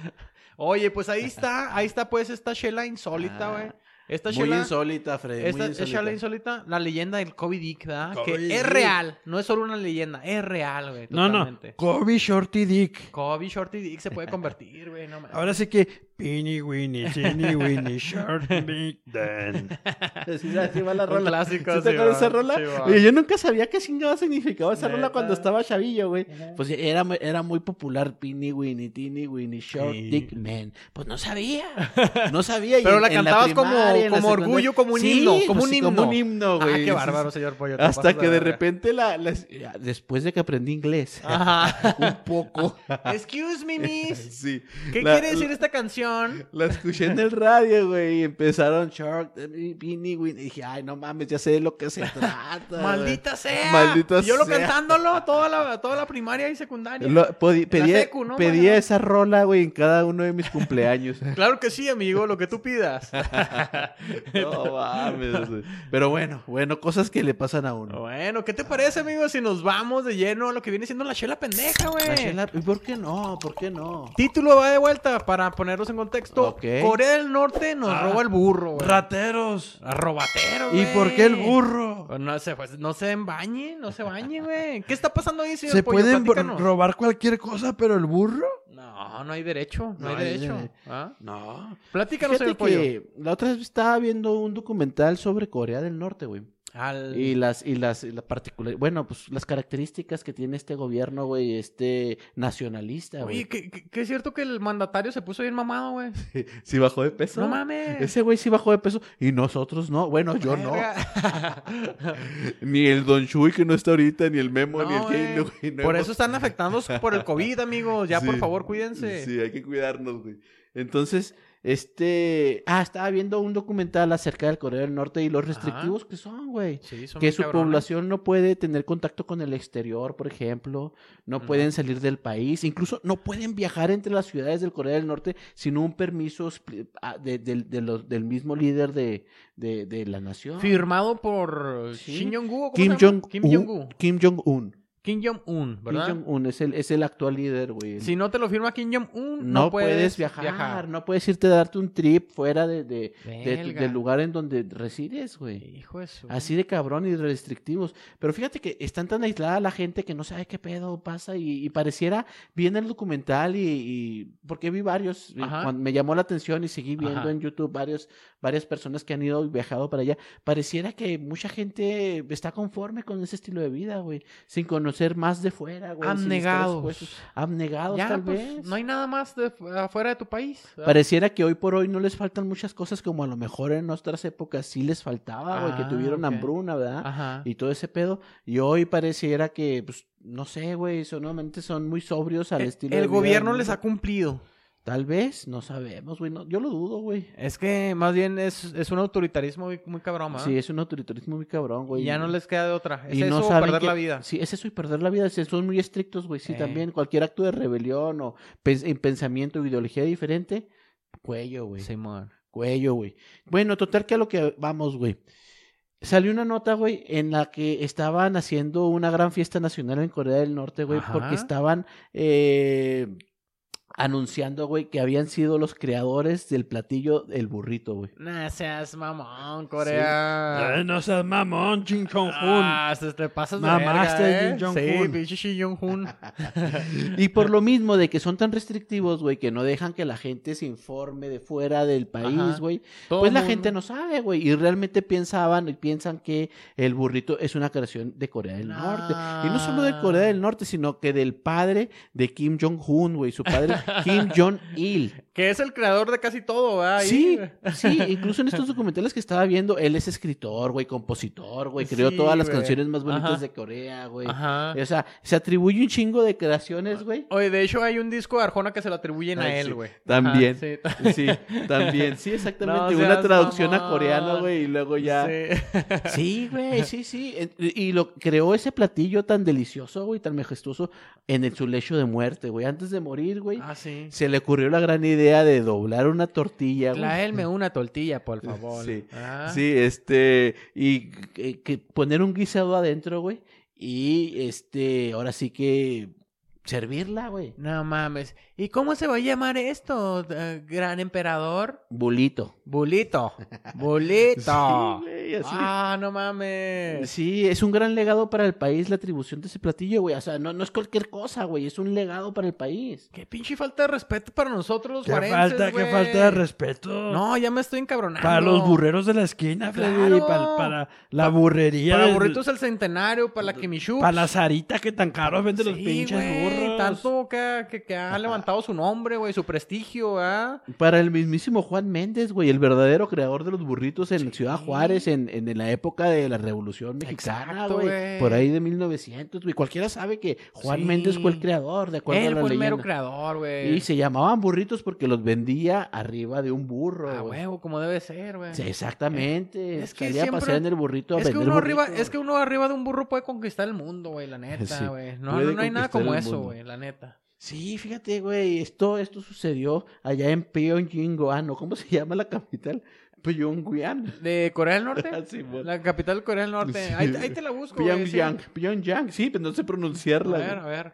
Oye, pues ahí está, ahí está pues esta Shela insólita,
Ah,
güey. Esta
muy
Shela
insólita, Freddy. muy
Esta es
insólita.
la insólita, la leyenda del COVID Dick, ¿verdad?
Covid
que es
Dick.
real, no es solo una leyenda, es real, güey.
No, no.
totalmente.
Kobe Shorty Dick.
Kobe Shorty Dick se puede convertir, güey, no mames.
Ahora sí que. Pini Winnie, Tini Winnie, Shorty Dick. Dan.
Sí, así va la
Un
rola.
clásico,
¿Sí te
sí,
acuerdas
va,
de esa rola?
sí, va.
Oye, yo nunca sabía qué chingada significaba esa rola
Neta.
cuando estaba chavillo, güey. Pues era, era muy popular Pini Winnie, Tini Winnie, Short
Sí.
Dick Man. Pues no sabía. No sabía. y
Pero la
en- en
cantabas como-
primaria, en la
como
secundaria-
orgullo, como un
Sí,
himno,
pues
como un
sí,
himno.
un himno,
Ah,
güey.
qué
Sí,
bárbaro,
sí.
señor Pollo. te pasas
Hasta que de
verga. Ah,
repente la, las- ya, después de que aprendí inglés,
Ajá.
un poco.
Excuse me, miss.
sí.
¿Qué
La-
quiere
la-
decir esta canción?
La escuché en el radio, güey, y empezaron Shark, Beanie, güey. Y dije, ay, no mames, ya sé de lo que se trata. güey".
Maldita sea.
Maldita
Y yo lo
sea.
cantándolo toda la, toda la primaria y secundaria.
Lo- podi- pedía
secu, ¿no?
pedía
Bueno.
esa rola, güey, en cada uno de mis cumpleaños.
Claro que sí, amigo, lo que tú pidas.
no mames, güey. Pero bueno, bueno, cosas que le pasan a uno.
bueno, ¿qué te parece, amigo, si nos vamos de lleno a lo que viene siendo la chela pendeja, güey?
La chela- ¿y ¿Por qué no? ¿Por qué no?
Título va de vuelta para ponerlos en contexto.
Ok.
Corea del Norte nos
Ah.
roba el burro, güey.
Rateros.
Robatero,
¿Y
güey.
por qué el burro?
Pues No se, pues, no se embañe, no se bañe, güey. ¿Qué está pasando ahí, señor
Se
Pollo?
pueden bro-
Platícanos.
robar cualquier cosa, pero el burro.
No, no hay derecho, no,
No
hay
hay
derecho.
derecho.
¿Ah?
No.
Platícanos,
Fíjate
señor Pollo.
que la otra vez estaba viendo un documental sobre Corea del Norte, güey.
Al...
Y las, y las, y la particular, bueno, pues las características que tiene este gobierno, güey, este nacionalista,
Oye,
güey.
¿qué, qué, qué es cierto que el mandatario se puso bien mamado, güey?
Sí bajó de peso.
No mames.
Ese güey sí bajó de peso y nosotros no. Bueno, yo no. Ni el Don Chuy que no está ahorita, ni el Memo, ni el
No,
Keino,
güey.
güey. no
por
hemos-
eso están afectados por el COVID, amigos. Ya, por
Sí.
favor, cuídense.
Sí, hay que cuidarnos, güey. Entonces, este. Ah, estaba viendo un documental acerca del Corea del Norte y los restrictivos que son, güey.
Sí, son
Que
bien
su
cabrones.
población no puede tener contacto con el exterior, por ejemplo. No
No.
pueden salir del país. Incluso no pueden viajar entre las ciudades del Corea del Norte sin un permiso expli- ah, de- del- de los- del mismo líder de, de- de la nación.
Firmado por
Ah. Sí.
Shin Jong-gu. ¿o cómo
Kim
se llama?
Jong-un.
Kim Jong-un.
Kim Jong-un.
Kim Jong-un,
Kim
¿verdad?
Jong-un es el, es el actual líder, güey.
Si no te lo firma Kim Jong-un,
no, puedes, viajar, no puedes irte a darte un trip fuera de, de- de tu-
Belga.
del lugar en donde resides, güey.
Hijo de su-
Así de cabrón y restrictivos. Pero fíjate que están tan aislada la gente que no sabe qué pedo pasa y, y pareciera bien el documental y, y- porque vi varios, y
Ajá.
cuando me llamó la atención y seguí viendo
Ajá.
en YouTube varios, varias personas que han ido y viajado para allá. Pareciera que mucha gente está conforme con ese estilo de vida, güey, sin conocer más de fuera, güey. sin estar expuestos.
Abnegados.
Abnegados,
Ya,
tal
pues,
vez. Pues,
no hay nada más de, afuera de tu país.
Pareciera que hoy por hoy no les faltan muchas cosas como a lo mejor en otras épocas sí les faltaba, güey,
Ah,
que
ok.
tuvieron
Ah.
hambruna, ¿verdad?
Ajá.
y todo ese pedo. Y hoy pareciera que, pues, no sé, güey, solamente son muy sobrios al
Eh,
estilo. de
el
vida del
gobierno
mundo.
les ha cumplido.
Tal vez, no sabemos, güey. no- yo lo dudo, güey.
Es que más bien es, es un autoritarismo muy, muy cabrón, ¿ah?
Sí, es un autoritarismo muy cabrón, güey.
Y ya no les queda de otra. Es
y no
eso o
saben
perder
que-
la vida.
Sí, es eso y perder la vida. sí, Son muy estrictos, güey. Sí,
Eh.
también cualquier acto de rebelión o pens- en pensamiento o ideología diferente, cuello, güey.
Simón.
Cuello, güey. Bueno, total que a lo que vamos, güey. Salió una nota, güey, en la que estaban haciendo una gran fiesta nacional en Corea del Norte, güey,
Ajá.
porque estaban eh, anunciando, güey, que habían sido los creadores del platillo El Burrito, güey.
Nah, seas mamón, Corea.
Ay, no seas mamón, Jin Jong-un.
Ah, se te pasas de
Mamaste,
verga, ¿eh?
Jin Jong-un.
Sí, pinche Shin Jong-un.
Y por lo mismo de que son tan restrictivos, güey, que no dejan que la gente se informe de fuera del
Ajá.
país, güey,
Todo
pues la
mundo-
gente no sabe, güey. Y realmente pensaban y piensan que el burrito es una creación de Corea del Norte. Y no solo de Corea
Ah.
del Norte, sino que del padre de Kim Jong-un, güey. Su padre Kim Jong-il.
Que es el creador de casi todo, ¿verdad? Ahí.
Sí, sí, incluso en estos documentales que estaba viendo, él es escritor, güey, compositor, güey. Creó
Sí,
todas las
güey.
canciones más bonitas
Ajá.
de Corea, güey.
Ajá.
O sea, se atribuye un chingo de creaciones, güey.
Oye, de hecho hay un disco de Arjona que se lo atribuyen
Ay,
a él,
sí.
güey.
También.
Ajá, sí.
Sí, también. Sí, exactamente.
No
Una
seas
traducción a
mamón.
coreano, güey, y luego ya.
Sí.
Sí, güey, sí, sí. En- Y lo creó ese platillo tan delicioso, güey, tan majestuoso en el, su lecho de muerte, güey. Antes de morir, güey,
Ah, sí.
se le ocurrió la gran idea de doblar una tortilla, güey.
Tráelme una tortilla, por favor.
Sí,
E, Ah.
Sí, este, y que, que poner un guisado adentro, güey, y este, ahora sí que servirla, güey.
No mames. ¿Y cómo se va a llamar esto, eh, gran emperador?
Bulito.
Bulito. Bulito.
Sí, güey, así.
ah, no mames.
Sí, es un gran legado para el país la atribución de ese platillo, güey. O sea, no, no es cualquier cosa, güey. Es un legado para el país.
Qué pinche falta de respeto para nosotros los
Qué
juarenses,
falta, qué
güey.
falta de respeto.
No, ya me estoy encabronando.
Para los burreros de la esquina, Freddy.
Claro.
Para, para la burrería.
Para
del-
burritos el centenario, para la Kimichu.
Para la Sarita que tan caros vende los pinches
güey,
burros.
Tanto que, que- que ha levantado su nombre, güey, su prestigio, ¿ah?
Para el mismísimo Juan Méndez, güey, el verdadero creador de los burritos en Ciudad Juárez, en, en, la época de la Revolución Mexicana,
Exacto, güey.
güey. Por ahí de 1900, güey. Cualquiera sabe que Juan
Sí.
Méndez fue el creador, de acuerdo a
Él
la
fue el mero
leyenda.
creador, güey.
Y se llamaban burritos porque los vendía arriba de un burro,
A
güey.
huevo, como debe ser, güey.
Sí, exactamente.
Ah, Eh, Es que
Salía a pasear
siempre-
en el burrito a
Es que,
vender
uno arriba,
burritos.
es que uno arriba de un burro puede conquistar el mundo, güey, la neta,
Sí,
güey. No,
puede
no, no hay nada
conquistar
como
el
eso,
mundo.
güey, la neta.
Sí, fíjate, güey, esto, esto sucedió allá en Pyongyang, ah, no, ¿cómo se llama la capital? Pyongyang. Ah,
¿De Corea del Norte?
Sí, bueno.
la capital de Corea del Norte.
Sí,
Ahí,
güey.
ahí te la busco, güey. sí.
Pyongyang, Pyongyang, sí, pero no sé
A
pronunciarla.
ver,
güey.
a ver,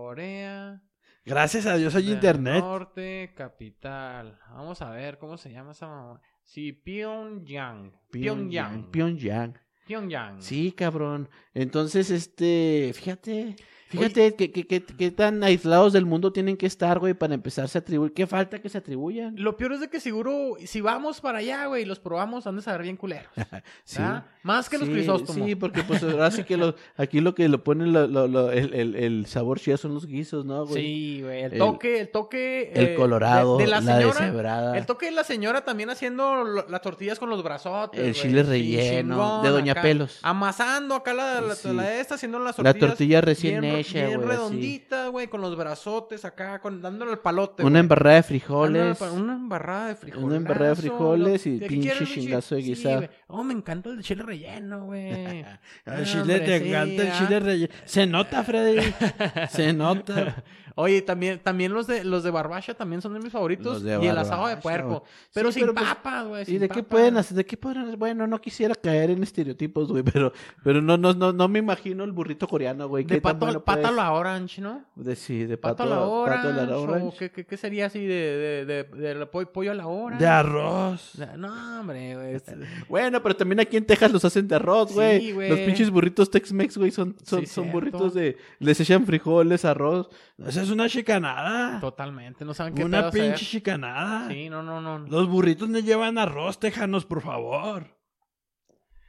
Corea.
Gracias a Dios hay
del
internet.
Norte, capital. Vamos a ver, ¿cómo se llama esa mamá? Sí, Pyongyang. Pyongyang.
Pyongyang, Pyongyang.
Pyongyang.
Sí, cabrón. Entonces, este, fíjate, fíjate que, que, que- que tan aislados del mundo tienen que estar, güey, para empezarse a atribuir. ¿Qué falta que se atribuyan?
Lo peor es de que seguro, si vamos para allá, güey, y los probamos, han de saber bien culeros.
Sí.
¿ah? Más que los
Sí,
crisóstomos.
Sí, porque pues ahora sí que los, aquí lo que lo ponen lo- lo- lo- el, el- el sabor chía son los guisos, ¿no, güey?
Sí, güey. El
El-
toque, el toque. eh,
El Colorado,
De, de
la,
la señora.
deshebrada,
el toque de la señora también haciendo lo- las tortillas con los brazotes.
El
güey.
chile
Sí,
relleno
chingón,
de Doña Pelos.
Amasando acá la, la,
Sí.
la esta, haciendo las
la
tortillas.
tortilla recién
bien,
hecha,
Bien
güey. así.
redondita, güey, con los brazotes acá, con, dándole el palote.
Una
güey.
embarrada de
Dándole al
frijoles.
pa- Una embarrada de frijoles.
Una embarrada de frijoles y pinche chingazo de guisado. Ah,
oh, me encanta el chile relleno, güey. Ah,
El chile te
Hombre, sí,
encanta, el
¿ah?
chile relleno. Se nota, Freddy. Se nota.
Oye, también, también los de los de barbacha también son de mis favoritos.
Los de
y el asado de
barbacha,
puerco.
güey.
Pero
Sí,
sin
pero pues,
papas, güey.
¿Y
sin
de qué
papas.
pueden hacer? ¿De qué pueden hacer? Bueno, no quisiera caer en estereotipos, güey, pero, pero no, no, no, no me imagino el burrito coreano, güey.
De
qué tan
pato,
bueno puede
pato a
ser.
la orange, ¿no?
De, sí, de
Pato,
pato,
a la
pato
orange.
a la
¿O
orange.
qué, qué, qué sería así de, de, de, de la po- pollo a la orange?
De arroz.
La- No, hombre, güey. es-
Bueno, pero también aquí en Texas los hacen de arroz,
Sí,
güey.
güey.
los pinches burritos Tex-Mex, güey, son, son,
Sí,
son
cierto.
burritos de... Les echan frijoles, arroz.
Esa es una
Ah.
chicanada.
Totalmente, no saben qué
Una
pedo hacer.
pinche chicanada.
Sí, no, no, no.
Los burritos no llevan arroz, tejanos, por favor.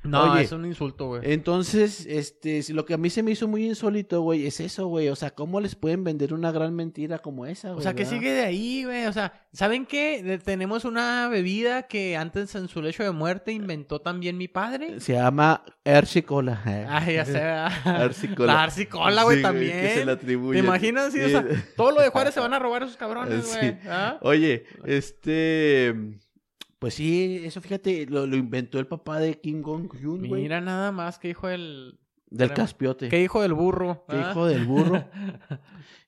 No,
Oye, Eh,
es un insulto, güey.
Entonces, este, si lo que a mí se me hizo muy insólito, güey, es eso, güey. O sea, ¿cómo les pueden vender una gran mentira como esa, güey?
O sea, ¿qué
verdad?
sigue de ahí, güey? O sea, ¿saben qué? De- Tenemos una bebida que antes en su lecho de muerte inventó también mi padre.
Se llama Ercicola.
Ay, ya sé. ¿verdad?
Arsicola.
La arsicola, güey,
Sí,
también.
Que se la atribuye.
¿Te imaginas? Sí, o sea,
Eh,
todo lo de Juárez se van a robar esos cabrones,
Sí.
güey. ¿ah?
Oye, este. Pues sí, eso fíjate, lo, lo inventó el papá de Kim Jong-un, güey.
Mira nada más que hijo del...
Del
espérame.
caspiote.
que hijo del burro.
que
¿ah?
hijo del burro.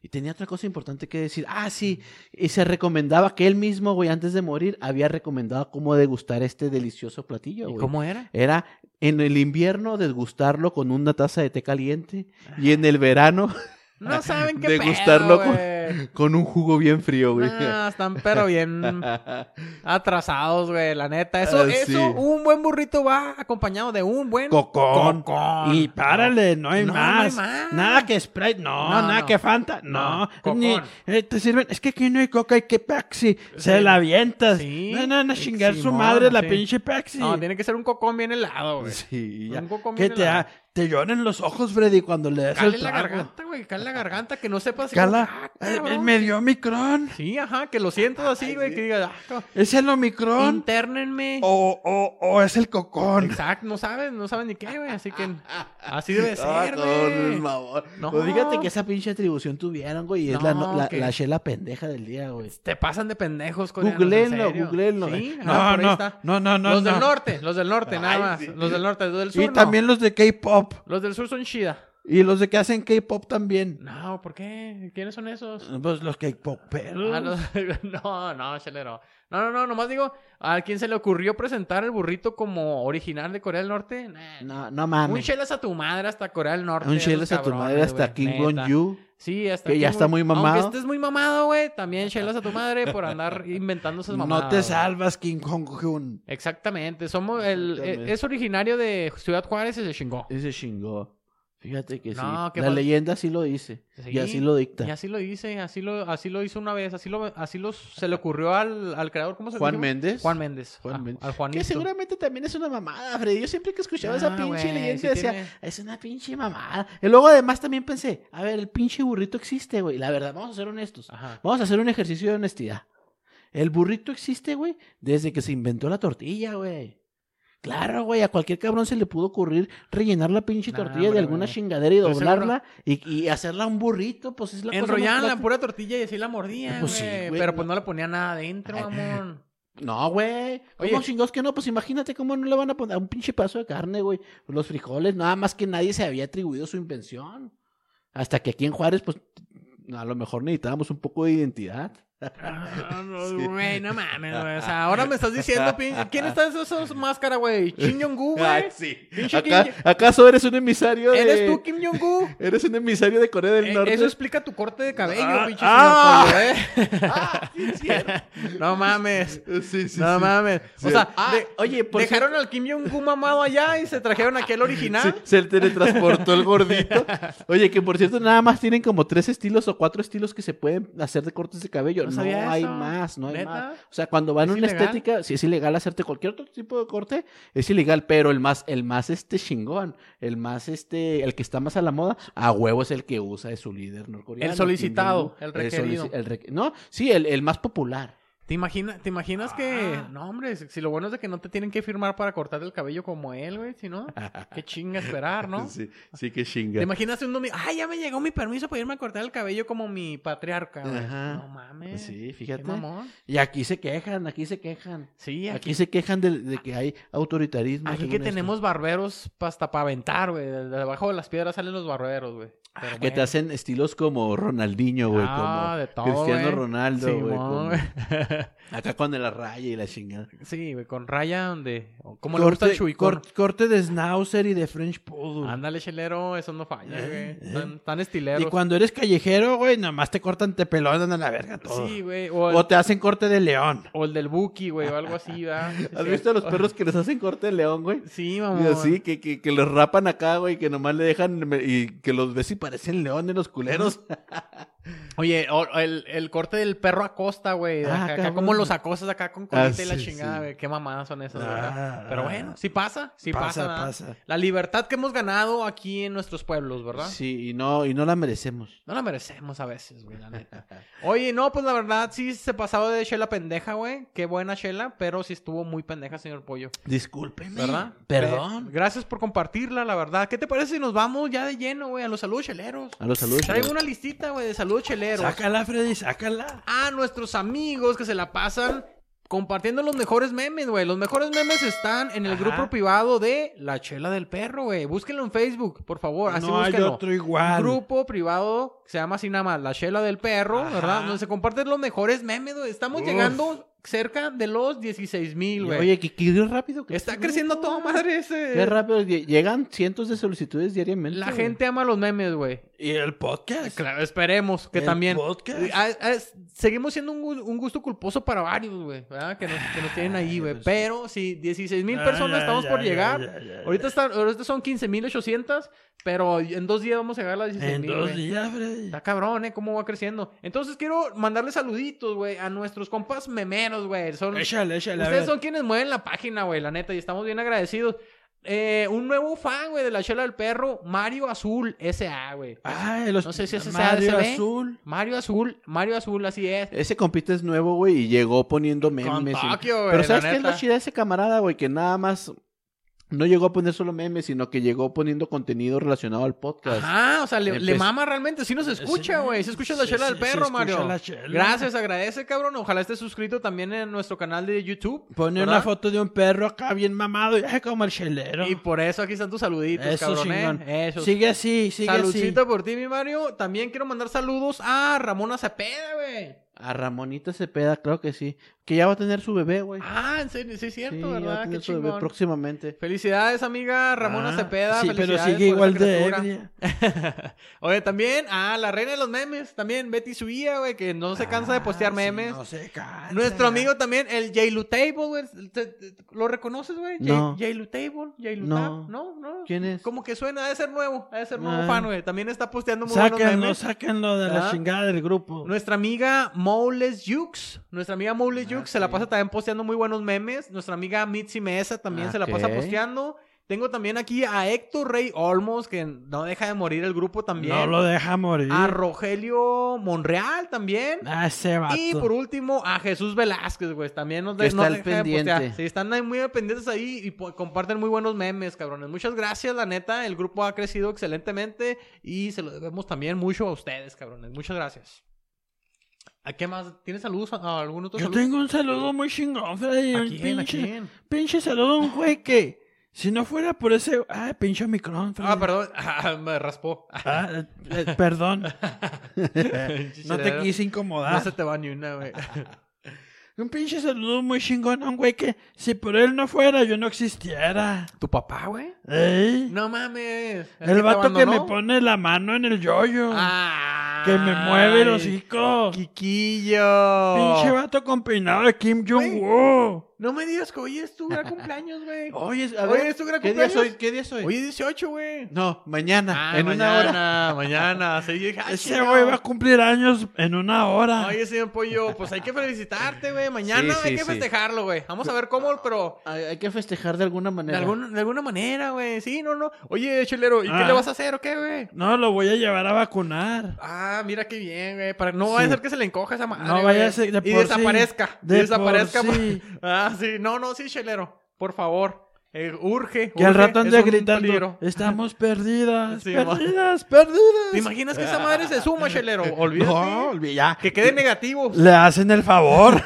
Y tenía otra cosa importante que decir. Ah, sí. Y se recomendaba que él mismo, güey, antes de morir, había recomendado cómo degustar este delicioso platillo,
¿Y
güey.
cómo era?
Era en el invierno degustarlo con una taza de té caliente
Ah.
y en el verano
No saben qué
Degustarlo
pedo,
con-
güey.
con un jugo bien frío, güey.
No, Ah, están pero bien atrasados, güey, la neta. Eso,
Ah, sí.
eso, un buen burrito va acompañado de un buen...
Cocón.
Cocón.
Y párale, no hay,
No, no hay
más.
más.
Nada que Sprite, no,
No,
nada
no.
que Fanta, no.
No,
Ni-
cocón.
eh, te sirven, es que aquí no hay coca, hay que Pepsi. Se la avientas.
Sí.
No, no, no,
Sí,
chingar su
Simón,
madre la
sí.
pinche Pepsi.
No, tiene que ser un cocón bien helado, güey.
Sí, ya.
Un cocón
que
bien
te,
helado.
ha- te lloran los ojos, Freddy, cuando le das
Cale
el
la
trago.
garganta, Ah, güey, cale la garganta, que no sepas...
Cala, eh, eh, me dio Omicron.
Sí, ajá, que lo sientas así, güey, que digas... ah, cabrón.
¿Es el Omicron?
Internenme.
O, o, o es el cocón.
Exacto, no sabes, no sabes ni qué, güey. Así que así debe
Ah,
ser,
cabrón,
güey.
mamón.
No.
Pues fíjate que esa pinche atribución tuvieron, güey. Y es la,
No,
la,
que-
la chela pendeja del día, güey.
Te pasan de pendejos con
Googleenlo, googleenlo.
Sí,
No,
ah, por ahí
no,
está.
no, no, no,
Los
no.
del norte, los del norte, nada
Ay,
más.
sí.
Los del norte, los del sur.
Y
no.
también los de K-pop.
Los del sur son chida.
Y los de que hacen K-pop también.
No, ¿por qué? ¿Quiénes son esos?
Pues los K-poperos.
Ah, los- no, no, chelero. No, no, no, nomás digo, ¿a quién se le ocurrió presentar el burrito como original de Corea del Norte? Nah.
No, no
Un
mames.
chelas a tu madre hasta Corea del Norte.
Un
esos
chelas a tu madre
cabrones,
hasta
güey,
Kim
neta.
Jong-un.
Sí, hasta
Que
aquí,
ya
güey.
está muy mamado.
Aunque estés muy mamado, güey, también chelas a tu madre por andar inventando esas mamadas.
No te
güey.
salvas, King Kong-hun.
Exactamente, somos el
Exactamente.
eh, es originario de Ciudad Juárez y se chingó.
Y se chingó. Fíjate que sí.
No, qué
la
mal-
leyenda sí lo dice.
Sí.
Y así lo dicta.
Y así lo hice, así lo así lo hizo una vez, así lo así lo se le ocurrió al, al creador, ¿cómo se
Juan
dijimos?
Méndez.
Juan Méndez.
Juan
a-
Méndez.
Al Juanito.
Que seguramente también es una mamada, Freddy. Yo siempre que escuchaba esa
Ah,
pinche
güey,
leyenda
sí
decía,
tiene-
es una pinche mamada. Y luego además también pensé, a ver, el pinche burrito existe, güey. La verdad, vamos a ser honestos.
Ajá.
Vamos a hacer un ejercicio de honestidad. El burrito existe, güey, desde que se inventó la tortilla, güey. Claro, güey, a cualquier cabrón se le pudo ocurrir rellenar la pinche
Nah,
tortilla de
hombre,
alguna
güey.
chingadera y
Estoy
doblarla y, y hacerla un burrito, pues es la cosa más
Enrollaban la
plata-
pura tortilla y así la mordían,
Pues sí,
güey,
güey,
pero
no.
pues no Ah, le ponía nada adentro,
Ay.
mamón.
No, güey.
Oye.
¿Cómo chingados que no? Pues imagínate cómo no le van a poner un pinche pedazo de carne, güey. Los frijoles, nada más que nadie se había atribuido su invención. Hasta que aquí en Juárez, pues, a lo mejor necesitábamos un poco de identidad.
Ah, no,
Sí.
Güey, no mames, güey. O sea, ahora me estás diciendo, pin- ¿quién está en esas máscaras, güey? ¿Kim Jong-un,
Ah,
güey?
sí.
Pinche
Acá-
Kim-
¿Acaso eres un emisario de...
¿Eres tú, Kim Jong-un?
¿Eres un emisario de Corea del
Eh,
Norte?
Eso explica tu corte de cabello,
Ah,
pinche señor
ah.
Pollo, ¿eh?
Ah, sí, es cierto.
No mames.
Eh, Sí, sí,
no
sí.
mames. O
Sí.
sea,
Ah,
de-
oye, por
dejaron al Kim Jong-un mamado allá y se trajeron aquel
Sí,
original.
se teletransportó el gordito. Oye, que por cierto, nada más tienen como tres estilos o cuatro estilos que se pueden hacer de cortes de cabello.
No
No,
sabía
hay
eso.
más, no hay
¿Neta?
más. O sea, cuando van a
¿Es
una
ilegal?
estética, si es ilegal hacerte cualquier otro tipo de corte, es ilegal, pero el más, el más este chingón, el más este, el que está más a la moda, a huevo es el que usa de su líder norcoreano.
El solicitado,
Kim Jong-un.
el requerido.
solici- el requ- no, sí, el, el más popular.
¿Te, imagina- ¿Te imaginas que.? No, hombre, si si lo bueno es de que no te tienen que firmar para cortar el cabello como él, güey, si no. Qué chinga esperar, ¿no?
Sí, sí que
¿Te
chinga.
imaginas un domingo? Ah, ya me llegó mi permiso para irme a cortar el cabello como mi patriarca, güey.
Ajá.
No mames.
Sí,
Qué
fíjate.
mamón.
Y aquí se quejan, aquí se quejan.
Sí,
Aquí,
aquí,
se quejan de, de que hay autoritarismo.
aquí
según
que
esto.
tenemos barberos hasta para aventar, güey. De debajo de las piedras salen los barberos, güey. Pero
Que Ah, te
bueno.
hacen estilos como Ronaldinho, güey.
Ah, de
como
todo,
Cristiano
güey.
Ronaldo, güey.
Simón,
como-
güey.
Acá con la raya y la chingada.
Sí, güey, con raya donde... Como le gusta el chuicón.
cor- corte de Schnauzer y de French Poodle.
Ándale, chelero, eso no falla, güey.
eh.
Tan, tan
y
estileros.
cuando eres callejero, güey, nomás te cortan, te pelonan a la verga todo.
Sí, güey. O, el-
o te hacen corte de león.
o el del Buki, güey, o algo así, ¿verdad? Sí,
¿Has
sí.
visto a los perros que les hacen corte de león, güey?
Sí,
Y
mamón.
así, que, que, que los rapan acá, güey, que nomás le dejan me- y que los ves y parecen leones los culeros.
Oye, o- el, el corte del perro Acosta, güey.
Ah,
acá, acá
cabrón.
como los acosas acá con colita
Ah,
y la
sí,
chingada,
sí.
güey. Qué mamadas son esas, ¿verdad?
Ah,
Pero
ah,
bueno, sí pasa, sí ¿ah? pasa.
pasa,
¿verdad?
pasa.
La libertad que hemos ganado aquí en nuestros pueblos, ¿verdad?
Sí, y no, y no la merecemos.
No la merecemos a veces, güey, la neta. Oye, no, pues la verdad sí se pasaba de Shela pendeja, güey. Qué buena Shela, pero sí estuvo muy pendeja, señor Pollo.
Discúlpeme.
¿Verdad? Pe-
Perdón.
gracias por compartirla, la verdad. ¿Qué te parece si nos vamos ya de lleno, güey, a los saludos cheleros?
A los saludos.
Traigo
chicos.
una listita, güey, de saludos cheleros.
Sácala, Freddy, sácala.
a nuestros amigos que se la pasan compartiendo los mejores memes, güey. Los mejores memes están en el
Ajá.
grupo privado de La Chela del Perro, güey. Búsquenlo en Facebook, por favor. Así
Pues no hay
búsquenlo.
otro igual.
Grupo privado que se llama así nada más La Chela del Perro,
Ajá.
¿verdad? Donde se comparten los mejores memes, güey. Estamos
Uf.
llegando cerca de los 16 mil, güey.
Oye, que que rápido. que-
Está creciendo a toda madre ese.
Qué rápido. lle- Llegan cientos de solicitudes diariamente.
La
güey.
gente ama los memes, güey.
¿Y el podcast?
Claro, esperemos que
El
también.
podcast.
Eh, ah, ah, s- seguimos siendo un, gu- un gusto culposo para varios, güey. ¿verdad? Que nos, que nos tienen ahí, güey.
pues sí.
Pero sí, 16 mil
Ya, Ah,
personas
ya,
estamos
ya,
por
ya,
llegar.
ya, ya, ya.
Ahorita, están, ahorita son 15 mil 800, pero en dos días vamos a llegar a las 16
En
mil.
dos
güey.
días, Freddy.
Está cabrón, ¿eh? ¿Cómo va creciendo? Entonces quiero mandarle saluditos, güey, a nuestros compas memeros, güey. Son,
Échale, échale. a
Ustedes
ver.
son quienes mueven la página, güey, la neta, y estamos bien agradecidos. Eh, un nuevo fan, güey, de la chela del perro, Mario Azul, S.A., güey.
Ah, los...
No sé si ese sea
Mario
ASB.
Azul.
Mario Azul, Mario Azul, así es.
Ese compita es nuevo, güey, y llegó poniendo memes. y-
Tokio, güey,
Pero
la
¿sabes qué es
neta.
la chida de ese camarada, güey? Que nada más no llegó a poner solo memes, sino que llegó poniendo contenido relacionado al podcast.
Ajá, Ah, o sea, le,
Empezó-
le mama realmente. Sí nos escucha,
Sí,
güey. Sí escucha la
sí,
chela
sí,
del
sí
perro,
escucha
Mario.
la chela.
Gracias, agradece, cabrón. Ojalá estés suscrito también en nuestro canal de YouTube.
Pone
¿verdad?
una foto de un perro acá bien mamado y ay, como el chelero.
Y por eso aquí están tus saluditos,
Eso,
cabrón. ¿eh?
chingón.
Eso.
Sigue así, sigue
Saludcita por ti, mi Mario. También quiero mandar saludos a Ramona Cepeda, güey.
A Ramonita Cepeda, creo que sí. Que ya va a tener su bebé, güey.
Ah, en serio, sí es cierto,
Sí, ya va a
¿verdad? Qué
tener su bebé
chingón.
próximamente.
Felicidades, amiga
así.
Ramona
Ah,
Cepeda.
Sí, pero
felicidades
sigue
por
igual
esa
de
criatura.
ebria.
Oye, también, ah, la reina de los memes, también Betty Suía, güey, que no se cansa de postear
Ah, sí,
memes.
no se cansa.
Nuestro amigo también, el Jailu Table, güey. ¿te- te- ¿Lo reconoces, güey? Jay-
No.
Jailu Table, Jailu
No.
Tab, No, no.
¿Quién es?
Como que suena, debe ser nuevo, debe ser nuevo
Ah.
fan, güey. También está posteando muy buenos
Sáquenlo,
memes. ¿Ah?
sáquenlo de
¿Verdad?
la chingada del grupo.
Nuestra amiga Moules Jukes, nuestra amiga Moules
Ah,
Jukes se la
sí.
pasa también posteando muy buenos memes. Nuestra amiga Mitzi Mesa también se la pasa
Ah, Ok.
posteando. Tengo también aquí a Héctor Rey Olmos, que no deja de morir el grupo también.
No lo deja morir.
A Rogelio Monreal también.
Ah, ese vato.
Ah, Y por último, a Jesús Velázquez, güey. También nos, de,
Que está
no
al
deja de
pendiente.
postear. Sí, están ahí muy pendientes ahí y po- comparten muy buenos memes, cabrones. Muchas gracias, la neta. El grupo ha crecido excelentemente y se lo debemos también mucho a ustedes, cabrones. Muchas gracias. ¿A qué más? ¿Tienes saludos? ¿A algún otro
Yo
saludo?
tengo un saludo muy chingón, Freddy.
¿A
un
quién? ¿A
pinche,
quién?
pinche saludo a un güey que, si no fuera por ese. Ah, pinche micrón, Freddy.
Ah, perdón. Ah, me raspó.
Ah, eh, eh, perdón. Eh, no te quise Ah, incomodar.
No se te va ni una, güey.
Un pinche saludo muy chingón a un güey que, si por él no fuera, yo no existiera.
¿Tu papá, güey?
Ey.
No mames.
El vato que me
pone
pone la mano en el yoyo.
Ah,
Que me mueve el hocico.
Quiquillo.
Pinche vato con peinado de Kim Jong-un.
No me digas que hoy es tu gran cumpleaños, güey.
Oye,
a ver, Oye, ¿es tu gran
¿qué día
cumpleaños?
soy? ¿Qué día soy?
Hoy Ah, es 18, güey.
No, mañana, en una hora.
mañana, mañana. Sí, yo dije, ah,
Ah, Ese
chingado.
güey va a cumplir años en una hora.
Oye, señor Pollo, pues hay que felicitarte, güey. Mañana
Sí, sí,
hay que
sí.
festejarlo, güey. Vamos a ver cómo, pero
Hay, hay que festejar de alguna
de,
manera.
algún- de alguna manera, güey. Sí, no, no. Oye, chelero, ¿y qué
Ah.
le vas a hacer o qué, güey?
No, lo voy a llevar a vacunar.
Ah, mira qué bien, güey. Para... No vaya a
Sí.
ser que se le encoja esa madre.
No
güey.
vaya a ser- de
Y
por sí.
desaparezca. y
De por
desaparezca.
sí.
Ah, sí. No, no, sí, chelero. Por favor. Eh, urge.
Que al
urge.
rato ande
Es un
gritando.
peligro.
Estamos perdidas,
Sí, ma.
perdidas, perdidas.
¿Te imaginas que esa madre se suma, chelero? Olvídate.
No, olvi- ya.
Que quede negativo.
Le hacen el favor.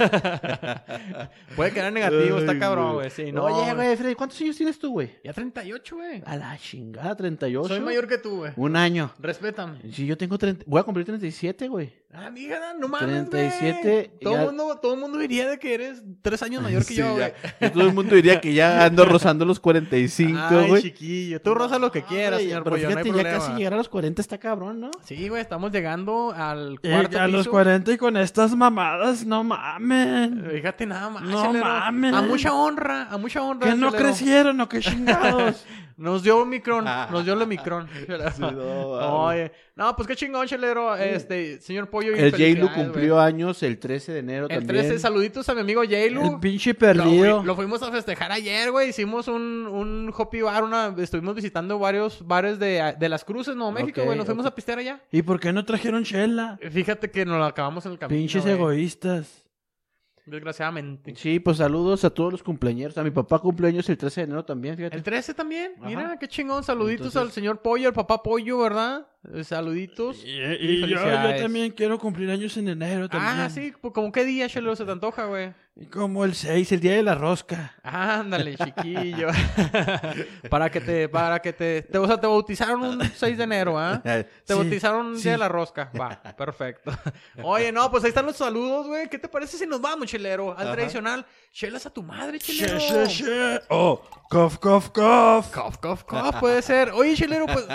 Puede quedar negativo, está
Ay,
cabrón, güey.
güey.
Sí, no.
Oye, güey, Freddy, ¿cuántos años tienes tú, güey?
Ya 38, güey.
A la chingada, 38.
Soy mayor que tú, güey.
Un año.
Respétame.
Si yo tengo 30. Voy a cumplir 37, güey.
Ah, mija, no mames,
37
güey. Todo
ya-
mundo, todo mundo diría de que eres tres años mayor que
Sí,
yo,
ya.
güey.
Y Todo el mundo diría que ya ando rozando los 45,
Ay,
güey.
chiquillo. Tú roza lo que
No,
quieras,
güey,
señor
Pero
Pollo, no hay
fíjate, ya
problema.
casi llegar a los 40 está cabrón, ¿no?
Sí, güey, estamos llegando al
Y
cuarto
a los
piso.
40 y con estas mamadas, no
Eh,
mamen.
Fíjate nada más.
No
chelero.
mames.
A mucha honra, a mucha honra.
Que no
chelero.
crecieron o qué chingados.
Nos dio Omicron,
Ah.
nos dio el Omicron.
Sí, no, vale.
Oye, no, pues qué chingón, chelero. Este, señor Pollo. y
el J-Lu
felicidades,
cumplió
güey.
años el 13 de enero
El
también.
13, saluditos a mi amigo
El
J-Lu.
pinche
Lo, güey,
perdido.
lo fuimos a festejar ayer, güey. Hicimos un, un hoppy bar, una, estuvimos visitando varios bares de, de las cruces, Nuevo México,
Ok,
güey. Nos fuimos
ok.
a pistear allá.
¿Y por qué no trajeron chela?
Fíjate que nos lo acabamos en el Eh, camino. eh.
Pinches
güey,
egoístas.
Desgraciadamente.
Sí, pues saludos a todos los cumpleaños. A mi papá cumpleaños el 13 de enero también, fíjate.
El 13 también.
Ajá.
Mira, qué chingón. Saluditos
Entonces-
al señor Pollo, al papá Pollo, ¿verdad? Eh, Saluditos.
Y, y yo, yo
felicidades.
también quiero cumplir años en enero también.
Ah, sí, pues, como qué día, Chelero, se te antoja, güey.
Como el 6, el día de la rosca.
Ándale, chiquillo. para que te, para que te, te- o sea, te bautizaron un 6 de enero, ¿ah? Te
Sí,
bautizaron un
sí.
día de la rosca. Va, perfecto. Oye, no, pues ahí están los saludos, güey. ¿Qué te parece si nos vamos, chelero? Al
Ajá.
tradicional, chelas a tu madre,
She,
chelero.
she, she. Oh, cof, cof, cof.
Cof, cof, cof, puede ser. Oye, Chelero, pues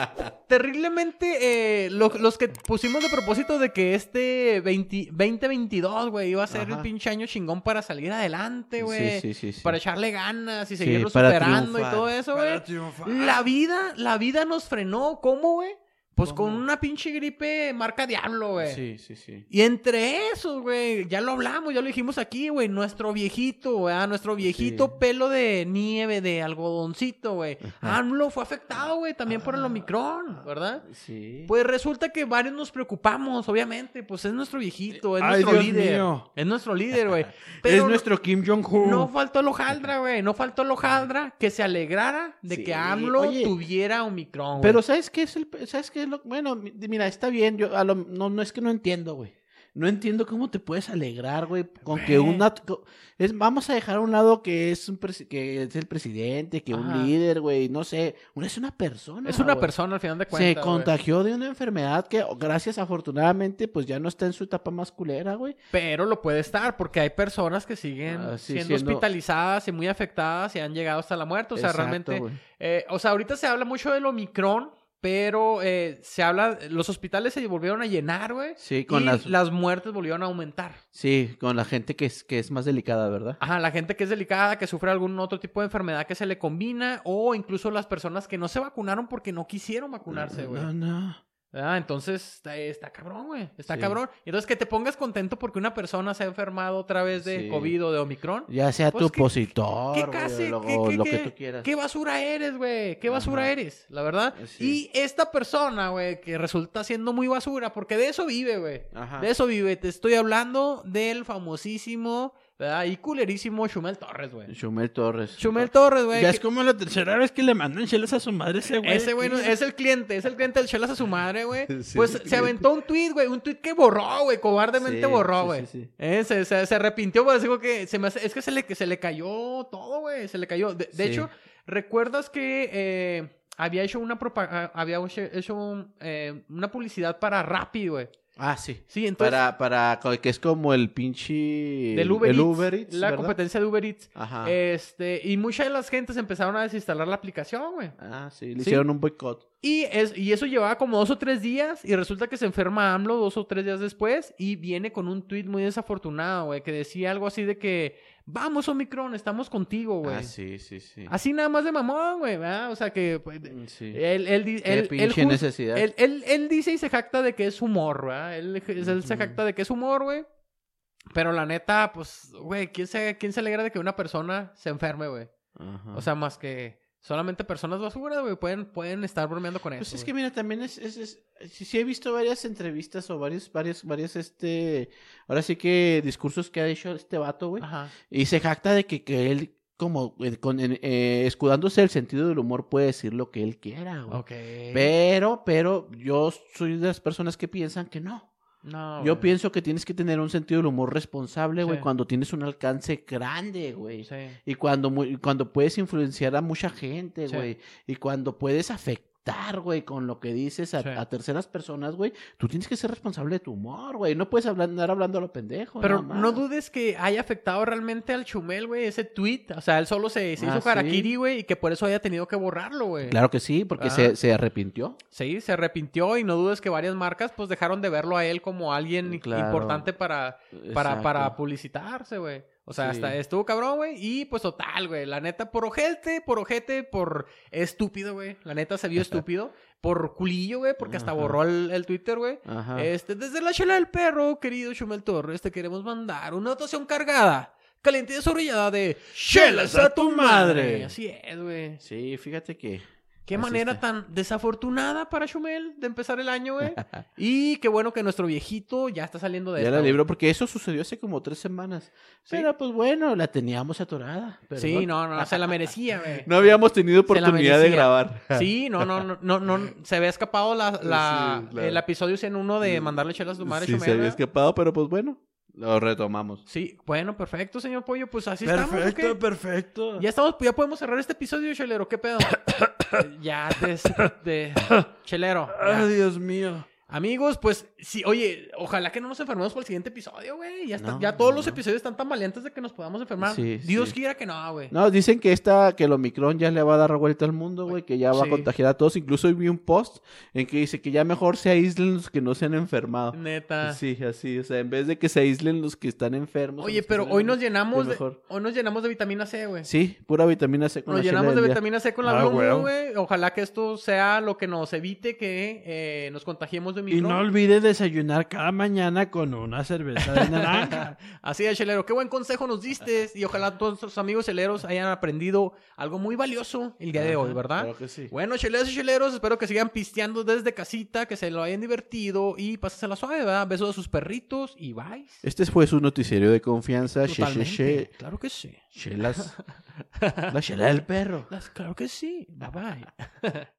terriblemente eh, lo- los que pusimos de propósito de que este 20 2022, güey, iba a ser
Ajá.
el pinche año chingón para salir adelante, güey.
Sí, sí, sí, sí.
Para echarle ganas y
Sí,
seguirlo
para
superando
triunfar.
y todo eso, güey.
Para triunfar.
La vida, la vida nos frenó. ¿Cómo, güey? Pues con
¿Cómo?
una pinche gripe marca diablo, güey.
Sí, sí, sí.
Y entre esos, güey, ya lo hablamos, ya lo dijimos aquí, güey, nuestro viejito, güey, ah, nuestro viejito
Sí.
pelo de nieve, de algodoncito, güey.
Ajá.
AMLO fue afectado, güey, también por el
Ah.
Omicron, ¿verdad?
Sí.
Pues resulta que varios nos preocupamos, obviamente, pues es nuestro viejito, es
Ay,
nuestro
Dios
líder.
mío.
Es nuestro líder, güey.
es
Pero
nuestro Kim Jong-un.
no faltó el hojaldra, güey, no faltó el hojaldra que se alegrara de
Sí,
que AMLO
oye.
tuviera Omicron, güey.
Pero ¿sabes qué es el pe- sabes qué es lo bueno, mi- mira, está bien, yo a lo- no no es que no entiendo, güey. No entiendo cómo te puedes alegrar, güey, con que
Güey.
una co- es vamos a dejar a un lado que es un presi- que es el presidente, que
Ajá.
un líder, güey, no sé, una es una persona.
es una
güey.
persona al final de cuentas.
Se
güey.
contagió de una enfermedad que oh, gracias afortunadamente pues ya no está en su etapa más culera, güey.
Pero lo puede estar, porque hay personas que siguen
Ah, sí,
siendo,
siendo-
hospitalizadas y muy afectadas y han llegado hasta la muerte. O sea,
Exacto,
realmente.
güey.
eh, o sea, ahorita se habla mucho del Omicron, pero eh, se habla. Los hospitales se volvieron a llenar, güey.
Sí, con
y
las-
las... muertes volvieron a aumentar.
Sí, con la gente que es que es más delicada, ¿verdad?
Ajá, la gente que es delicada, que sufre algún otro tipo de enfermedad que se le combina, o incluso las personas que no se vacunaron porque no quisieron
Mm,
vacunarse, güey.
No, no.
Ah, entonces está, está cabrón, güey. Está
Sí.
cabrón. Entonces, que te pongas contento porque una persona se ha enfermado otra vez de
Sí.
COVID o de Omicron.
Ya sea
Pues,
tu
¿qué-
opositor,
¿Qué
güey,
casi?
o lo,
¿Qué,
o
qué-
lo
qué-
que tú quieras.
qué basura eres, güey? ¿Qué basura
Ajá. Eh,
eres? La verdad.
Sí.
Y esta persona, güey, que resulta siendo muy basura, porque de eso vive, güey.
Ajá.
De eso vive. Te estoy hablando del famosísimo ¿verdad? y culerísimo Chumel Torres, güey.
Chumel Torres.
Chumel Torres, güey.
Ya
que-
es como la tercera vez que le mandan chelas a su madre ese güey.
Ese güey no- es el cliente, es el cliente del Chelas a su madre, güey.
Sí,
Pues
el
se
cliente.
aventó un tweet, güey, un tweet que borró, güey, cobardemente
Sí,
borró,
sí,
güey.
sí, sí.
Eh, se, se- se arrepintió, pero digo que se me hace- es que se le, que se le cayó todo, güey, se le cayó. De, de
Sí.
hecho, ¿recuerdas que eh, había hecho una propa- ah, había hecho hecho un, eh, una publicidad para Rappi, güey?
Ah, sí.
Sí, entonces
para, para co- que es como el pinche.
del Uber,
el
Eats,
Uber Eats,
la
¿verdad? Ah.
competencia de Uber Eats.
Ajá.
Este, y muchas de las gentes empezaron a desinstalar la aplicación, güey.
ah, sí. Le
sí.
hicieron un boicot.
Y, es, y eso llevaba como dos o tres días y resulta que se enferma AMLO dos o tres días después y viene con un tuit muy desafortunado, güey, que decía algo así de que, vamos Omicron, estamos contigo, güey.
Ah, sí, sí, sí.
Así nada más de mamón, güey, ¿verdad? O sea que... pues,
Mm, sí.
Él, él, di-
Qué
él- él
pinche
juz-
necesidad.
él- él- él dice y se jacta de que es humor, ¿verdad? Él, él se
Ujú.
jacta de que es humor, güey. Pero la neta, pues, güey, ¿quién se, ¿quién se alegra de que una persona se enferme, güey?
Ajá.
O sea, más que solamente personas basura, güey, pueden, pueden estar bromeando con eso.
Pues es
güey.
que mira, también es, es, es- sí, sí he visto varias entrevistas o varios, varios, varios, este, ahora sí que discursos que ha hecho este vato, güey.
Ajá.
Y se jacta de que, que él, como, eh, con, en- eh, escudándose el sentido del humor, puede decir lo que él quiera, güey.
Ok.
Pero, pero yo soy de las personas que piensan que no.
No,
Yo
güey.
pienso que tienes que tener un sentido del humor responsable, güey,
Ah, Sí.
cuando tienes un alcance grande, güey.
Sí.
Y cuando, mu- y cuando puedes influenciar a mucha gente,
Sí.
güey. Y cuando puedes afectar, güey, con lo que dices a,
Sí.
a terceras personas, güey. Tú tienes que ser responsable de tu humor, güey. No puedes hablar, andar hablando a lo pendejo.
Pero
nada más.
no dudes que haya afectado realmente al Chumel, güey, ese tweet. O sea, él solo se, se
Ah,
hizo
sí.
harakiri, güey, y que por eso haya tenido que borrarlo, güey.
Claro que sí, porque
Ah.
se, se arrepintió.
Sí, se arrepintió y no dudes que varias marcas pues dejaron de verlo a él como alguien
Eh, Claro.
importante para, para,
Exacto.
para publicitarse, güey. O sea,
Sí.
hasta estuvo cabrón, güey. Y pues total, güey. La neta, por ojete, por ojete, por estúpido, güey. La neta se vio estúpido. Por culillo, güey, porque hasta
Ajá.
borró el, el Twitter, güey.
Ajá.
Este, desde la chela del perro, querido Chumel Torres, te queremos mandar una dotación cargada, caliente y desorillada de
¡Chelas a tu madre!
Así es, güey.
Sí, fíjate que.
Qué
Así
manera
está.
tan desafortunada para Chumel de empezar el año, güey. y qué bueno que nuestro viejito ya está saliendo de
Ya la
esta,
libró porque eso sucedió hace como tres semanas.
Sí.
Pero pues bueno, la teníamos atorada.
güey.
perdón.
Sí, no, no, se la merecía, güey.
No habíamos tenido
Se la
oportunidad de
merecía.
grabar.
Sí, no, no, no, no, no, se había escapado la, la-
Sí, claro.
el episodio 101 de mandarle chelas a tu madre,
sí,
Chumel.
se había
¿verdad?
escapado, pero pues bueno, lo retomamos.
Sí, bueno, perfecto, señor Pollo, pues así estamos, ¿o
perfecto,
qué?
perfecto.
Ya estamos, ya podemos cerrar este episodio, Chelero. ¿Qué pedo? Eh, ya, des- de- Chelero. ya.
Ay, Ah, Dios mío.
Ah, Amigos, pues sí, oye, ojalá que no nos enfermemos por el siguiente episodio, güey. Ya, está-
No,
ya todos
no,
los
no.
episodios están tan valientes de que nos podamos enfermar.
Sí,
Dios
sí.
quiera que no, güey.
No, dicen que esta, que el Omicron ya le va a dar vuelta al mundo, güey, que ya va
Sí.
a contagiar a todos. Incluso hoy vi un post en que dice que ya mejor se aíslen los que no se han enfermado.
Neta.
Sí, así, o sea, en vez de que se aíslen los que están enfermos. o
Oye,
los que
pero
están
hoy nos
enfermos.
llenamos
lo
de,
mejor.
hoy nos llenamos de vitamina C, güey.
Sí, pura vitamina C con
Nos
la chela
llenamos de
del día.
vitamina C con la
Ah,
Blue
güey.
Moon, güey. Ojalá que esto sea lo que nos evite que eh, nos contagiemos de
Y
Omicron.
no olvide desayunar cada mañana con una cerveza de naranja.
Así es, Chelero. Qué buen consejo nos diste. Y ojalá todos nuestros amigos cheleros hayan aprendido algo muy valioso el día de hoy,
Ajá,
¿verdad?
Claro que sí.
Bueno, cheleros y cheleros, espero que sigan pisteando desde casita, que se lo hayan divertido y pásensela suave, ¿verdad? Besos a sus perritos y bye.
Este fue su noticiero de confianza. She, she,
Totalmente.
she.
Claro que sí.
Chelas. La chela del perro.
Las- Claro que sí. Bye bye.